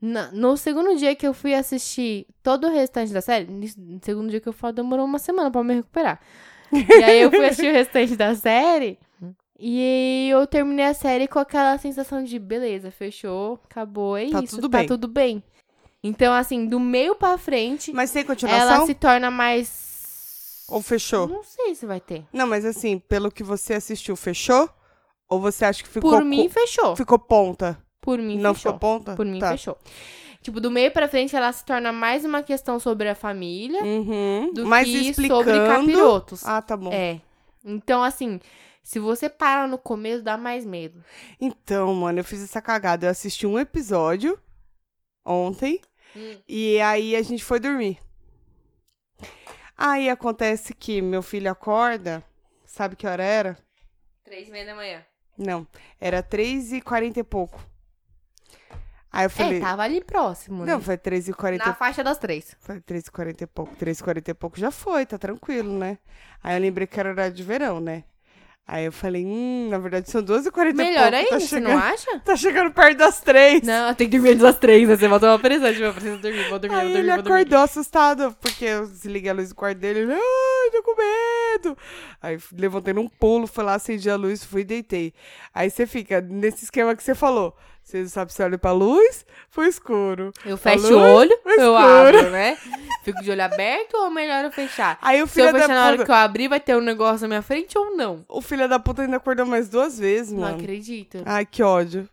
A: Na- no segundo dia que eu fui assistir todo o restante da série, nis- no segundo dia que eu falo, demorou uma semana pra me recuperar. E aí eu fui assistir o restante da série e eu terminei a série com aquela sensação de beleza, fechou, acabou, é
B: Tá
A: isso,
B: tudo
A: tá
B: bem.
A: tudo bem. Então, assim, do meio pra frente,
B: Mas tem
A: ela
B: continuação?
A: se torna mais.
B: Ou fechou?
A: Não sei se vai ter.
B: Não, mas assim, pelo que você assistiu, fechou? Ou você acha que ficou
A: Por
B: co-
A: mim, fechou.
B: ficou ponta?
A: Por mim,
B: não
A: fechou.
B: ficou ponta?
A: Por mim,
B: tá.
A: fechou. Tipo, do meio pra frente, ela se torna mais uma questão sobre a família
B: Uhum.
A: do
B: mas
A: que
B: explicando.
A: sobre capirotos.
B: Ah, tá bom.
A: É. Então, assim, se você para no começo, dá mais medo.
B: Então, mano, eu fiz essa cagada. Eu assisti um episódio ontem
A: Hum.
B: e aí a gente foi dormir. Aí acontece que meu filho acorda, sabe que hora era?
A: Três e meia da manhã.
B: Não, era 3h40 e pouco. Aí eu falei.
A: É, tava ali próximo, né?
B: Não, foi 3h40
A: Na faixa das três.
B: Foi 3h40 e pouco. 3h40 e pouco já foi, tá tranquilo, né? Aí eu lembrei que era horário de verão, né? Aí eu falei, hum, na verdade são 12h40 e pouco.
A: Melhor ainda,
B: tá
A: você
B: chegando,
A: não acha?
B: Tá chegando perto das 3
A: Não, tem que dormir antes das três, né? Você vai tomar pressão, tipo, eu preciso dormir, vou dormir,
B: Aí
A: vou
B: ele
A: dormir, vou dormir.
B: acordou assustado, porque eu desliguei a luz do quarto dele. Ele, ai, tô com medo. Aí f- levantei num pulo, fui lá, acendi a luz, fui e deitei. Aí você fica nesse esquema que você falou. Você não sabe se olha pra luz, foi escuro.
A: Eu fecho
B: luz,
A: o olho,
B: o
A: eu
B: escuro.
A: abro, né? Fico de olho aberto ou melhor eu fechar?
B: Aí o
A: Se eu
B: filho
A: fechar na
B: da
A: hora
B: puta.
A: que eu abrir, vai ter um negócio na minha frente ou não?
B: O filho da puta ainda acordou mais duas vezes,
A: Não
B: mano.
A: acredito.
B: Ai, que ódio.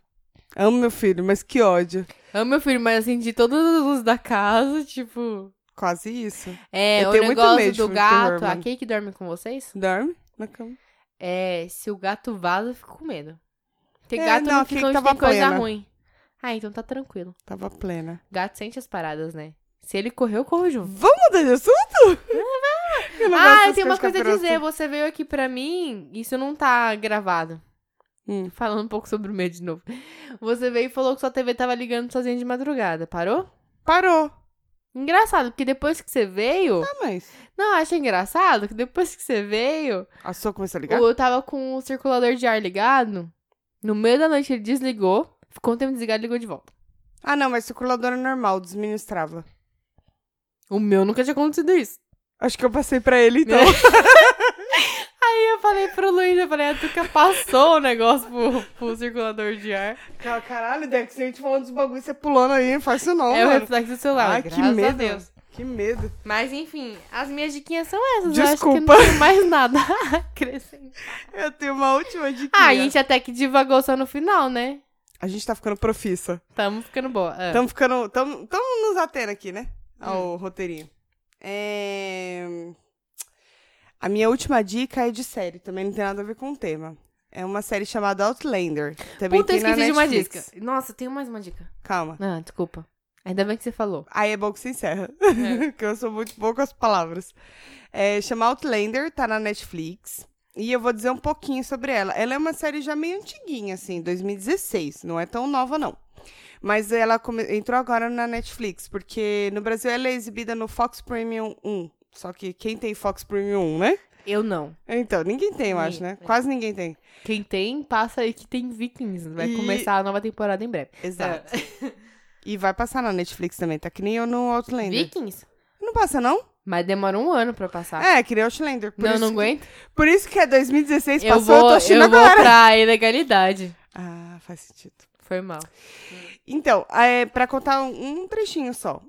B: Amo meu filho, mas que ódio.
A: Amo meu filho, mas assim, de todas as luzes da casa, tipo.
B: Quase isso.
A: É,
B: Eu
A: o
B: tenho muito
A: negócio
B: medo de
A: do
B: filme de terror,
A: gato. a
B: mano.
A: Kay que dorme com vocês?
B: Dorme na cama.
A: É, se o gato vaza, eu fico com medo. Tem
B: É,
A: gato
B: não,
A: não
B: a Kay
A: fica onde
B: tava
A: tem coisa
B: plena.
A: ruim. Ah, então tá tranquilo.
B: Tava plena.
A: Gato sente as paradas, né? Se ele correu, eu corro junto.
B: Vamos mudar de assunto? Eu é não gosto
A: Uhum. Ah, eu
B: dessas
A: tenho uma
B: coisas
A: coisa a
B: capirotas.
A: dizer. Você veio aqui pra mim, isso não tá gravado.
B: Hum.
A: Falando um pouco sobre o medo de novo. Você veio e falou que sua TV tava ligando sozinha de madrugada. Parou?
B: Parou.
A: Engraçado, porque depois que você veio.
B: Ah, mas...
A: Não, acho engraçado que depois que você veio,
B: A sua começou a ligar?
A: eu tava com o circulador de ar ligado. No meio da noite ele desligou, ficou um tempo desligado e ligou de volta.
B: Ah, não, mas circuladora normal, desministrava.
A: O meu nunca tinha acontecido isso.
B: Acho que eu passei pra ele, então.
A: Aí eu falei pro Luiz, eu falei, a Tuca passou o negócio pro, pro circulador de ar.
B: Cara, Ah, Caralho, Dex, a gente falando dos bagulhos, você pulando aí, não faz isso não,
A: é o
B: mano.
A: reflexo do celular.
B: Ai,
A: graças
B: que medo.
A: a Deus.
B: Que medo.
A: Mas enfim, as minhas diquinhas são essas.
B: Desculpa.
A: Eu acho que eu não tenho mais nada a acrescentar.
B: Eu tenho uma última dica.
A: Ah, a gente até que divagou só no final, né?
B: A gente tá ficando profissa.
A: Tamo ficando boa. Ah.
B: Tamo ficando... Tamo, tamo nos atendo aqui, né?
A: Hum.
B: Ao roteirinho. É... A minha última dica é de série, também não tem nada a ver com o tema. É uma série chamada Outlander. Também
A: Puta, eu
B: tem na
A: esqueci de uma dica.
B: Netflix.
A: Nossa, tenho mais uma dica.
B: Calma.
A: Ah, desculpa. Ainda bem que você falou.
B: Aí é bom que você encerra.
A: É.
B: Porque eu sou muito boa com as palavras. É, chama Outlander, tá na Netflix. E eu vou dizer um pouquinho sobre ela. Ela é uma série já meio antiguinha, assim, 2016. Não é tão nova, não. Mas ela come- entrou agora na Netflix, um. porque no Brasil ela é exibida no Fox Premium 1. Só que quem tem Fox Premium 1, né?
A: Eu não.
B: Então, ninguém tem, eu acho, né?
A: Ninguém.
B: Quase ninguém tem.
A: Quem tem, passa aí que tem Vikings. Vai
B: E-
A: começar a nova temporada em breve.
B: Exato. É. E vai passar na Netflix também, tá que nem eu no Outlander.
A: Vikings?
B: Não passa, não?
A: Mas demora um ano pra passar.
B: É, que nem Outlander. Por
A: não,
B: isso
A: não
B: que-
A: aguento.
B: Por isso que é 2016,
A: Eu
B: passou, eu,
A: vou,
B: tô
A: eu
B: assistindo
A: vou
B: agora.
A: pra ilegalidade.
B: Ah, faz sentido.
A: Foi mal.
B: Então, é, para contar um um trechinho só,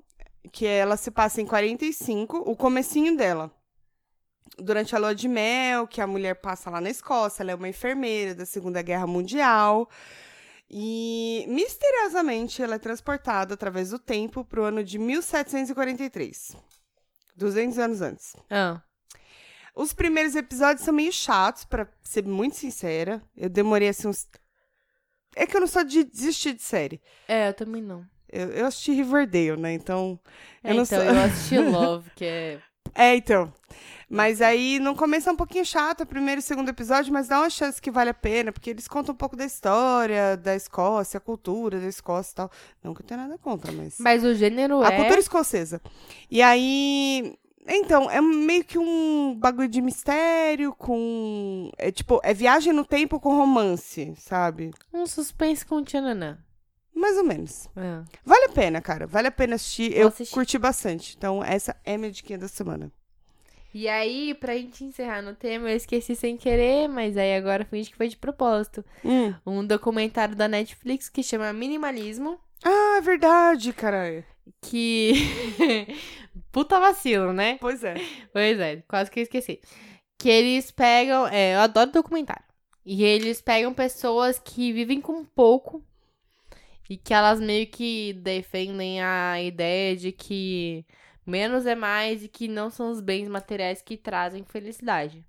B: que ela se passa em 45, o comecinho dela. Durante a lua de mel, que a mulher passa lá na Escócia, ela é uma enfermeira da Segunda Guerra Mundial. E misteriosamente ela é transportada através do tempo para o ano de 1743. 200 anos antes.
A: Ah,
B: Os primeiros episódios são meio chatos, pra ser muito sincera. Eu demorei assim uns. É que eu não sou de desistir de série.
A: é, eu também não.
B: Eu, eu assisti Riverdale, né? Então.
A: É,
B: Eu não
A: então,
B: sou-
A: eu assisti Love, que é...
B: É, então. Mas aí não começa um pouquinho chato o primeiro e segundo episódio, mas dá uma chance que vale a pena, porque eles contam um pouco da história da Escócia, a cultura da Escócia e tal. Não que eu tenha nada contra, mas.
A: Mas o gênero
B: A
A: é...
B: cultura escocesa. E aí. Então, é meio que um bagulho de mistério com. É tipo, é viagem no tempo com romance, sabe?
A: Um suspense com tchananã.
B: Mais ou menos.
A: Ah.
B: Vale a pena, cara. Vale a pena assistir. Eu
A: assistir.
B: curti bastante. Então, essa é a minha diquinha da semana.
A: E aí, pra gente encerrar no tema, eu esqueci sem querer, mas aí agora finge que foi de propósito.
B: Hum.
A: Um documentário da Netflix que chama Minimalismo,
B: Ah, é verdade, caralho.
A: que... Puta vacilo, né?
B: Pois é.
A: Pois é, quase que eu esqueci. Que eles pegam. é, eu adoro documentário. E eles pegam pessoas que vivem com pouco e que elas meio que defendem a ideia de que menos é mais e que não são os bens materiais que trazem felicidade.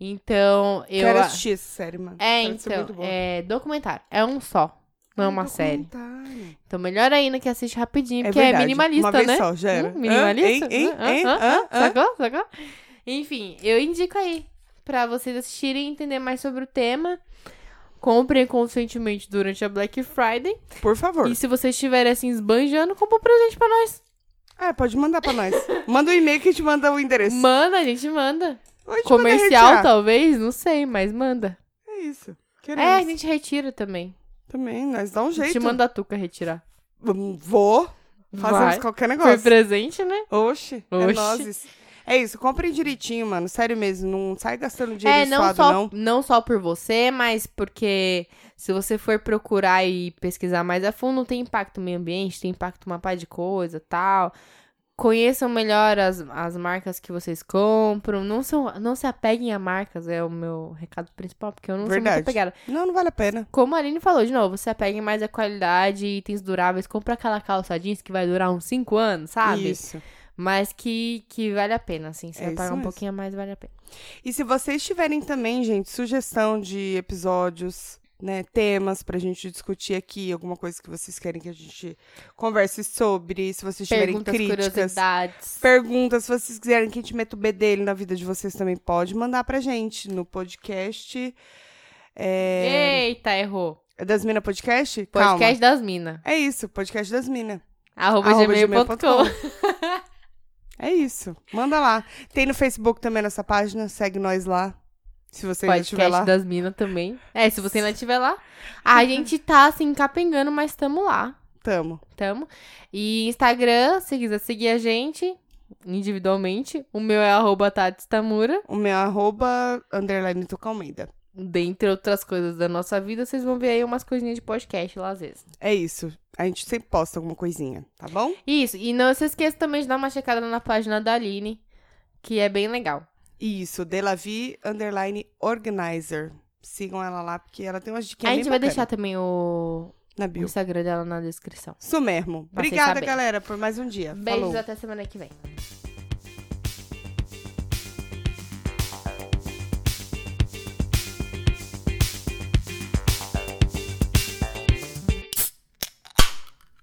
A: Então, eu.
B: Quero
A: a-
B: assistir essa série, mano.
A: É,
B: Parece ser
A: então,
B: muito boa.
A: é documentário. É um só. Não é uma série.
B: Documentário.
A: Então, melhor ainda que assiste rapidinho,
B: É
A: porque
B: verdade.
A: é minimalista,
B: Uma vez
A: né?
B: só, já era.
A: Hum, minimalista?
B: Hã? Hein? Hein?
A: Hã?
B: Hein?
A: Hã?
B: Hã? Hã?
A: Sacou? Sacou? Enfim, eu indico aí pra vocês assistirem e entender mais sobre o tema. Comprem conscientemente durante a Black Friday.
B: Por favor.
A: E se vocês estiverem assim esbanjando, compra um presente pra nós.
B: É, pode mandar pra nós. Manda um e-mail que a gente manda o endereço.
A: Manda, a gente manda.
B: Ou a gente manda
A: Comercial,
B: retirar.
A: talvez, não sei, mas manda.
B: É isso. Queremos.
A: É, a gente retira também.
B: Também, nós dá um
A: A gente
B: jeito.
A: manda a Tuca retirar.
B: Hum, Vou. Fazemos
A: Vai.
B: qualquer
A: Foi
B: negócio.
A: presente, né?
B: Oxe, é
A: Oxe.
B: nozes. É isso, comprem direitinho, mano. Sério mesmo, não sai gastando dinheiro
A: É, não
B: suado,
A: só,
B: não.
A: só por você, mas porque se você for procurar e pesquisar mais a fundo, tem impacto no meio ambiente, tem impacto numa pá de coisa tal. Conheçam melhor as, as marcas que vocês compram. Não, são, não se apeguem a marcas, é o meu recado principal, porque eu não sou
B: Verdade.
A: muito apegada.
B: Não, não vale a pena.
A: Como a Aline falou, de novo, se apeguem mais à qualidade, itens duráveis. Compra aquela calça jeans que vai durar uns 5 anos, sabe?
B: Isso.
A: Mas que, que vale a pena, assim. Se
B: É
A: você
B: isso
A: pagar um
B: mesmo.
A: pouquinho a mais, vale a pena.
B: E se vocês tiverem também, gente, sugestão de episódios, né, temas pra gente discutir aqui, alguma coisa que vocês querem que a gente converse sobre, se vocês tiverem
A: Perguntas,
B: críticas,
A: curiosidades.
B: perguntas, se vocês quiserem que a gente meta o B dele na vida de vocês também, pode mandar pra gente no podcast. É,
A: Eita, errou.
B: é das Minas Podcast? Calma.
A: Podcast das Minas.
B: É isso, podcast das Minas.
A: Arroba,
B: Arroba
A: gmail.com.
B: É isso. Manda lá. Tem no Facebook também nossa página, segue nós lá. Se você ainda estiver lá. Uhum.
A: Podcast das Minas também. É, se você ainda estiver lá. A gente tá assim, capengando, mas tamo lá.
B: Tamo.
A: Tamo. E Instagram, se quiser seguir a gente individualmente, o meu é arroba Tati Tamura.
B: O meu é arroba underline Tuca Almeida.
A: Dentre outras coisas da nossa vida, vocês vão ver aí umas coisinhas de podcast lá às vezes.
B: É isso. A gente sempre posta alguma coisinha, tá bom?
A: Isso, e não se esqueça também de dar uma checada na página da Aline, que é bem legal.
B: Isso, Delavi underline organizer. Sigam ela lá, porque ela tem umas
A: a
B: diquinhas
A: gente
B: é bem
A: vai
B: bacanas
A: deixar também o,
B: na
A: o
B: bio.
A: Instagram dela na descrição.
B: Isso mesmo.
A: Pra vocês
B: Obrigada,
A: saberem.
B: galera, por mais um dia.
A: Beijos
B: Falou.
A: até semana que vem.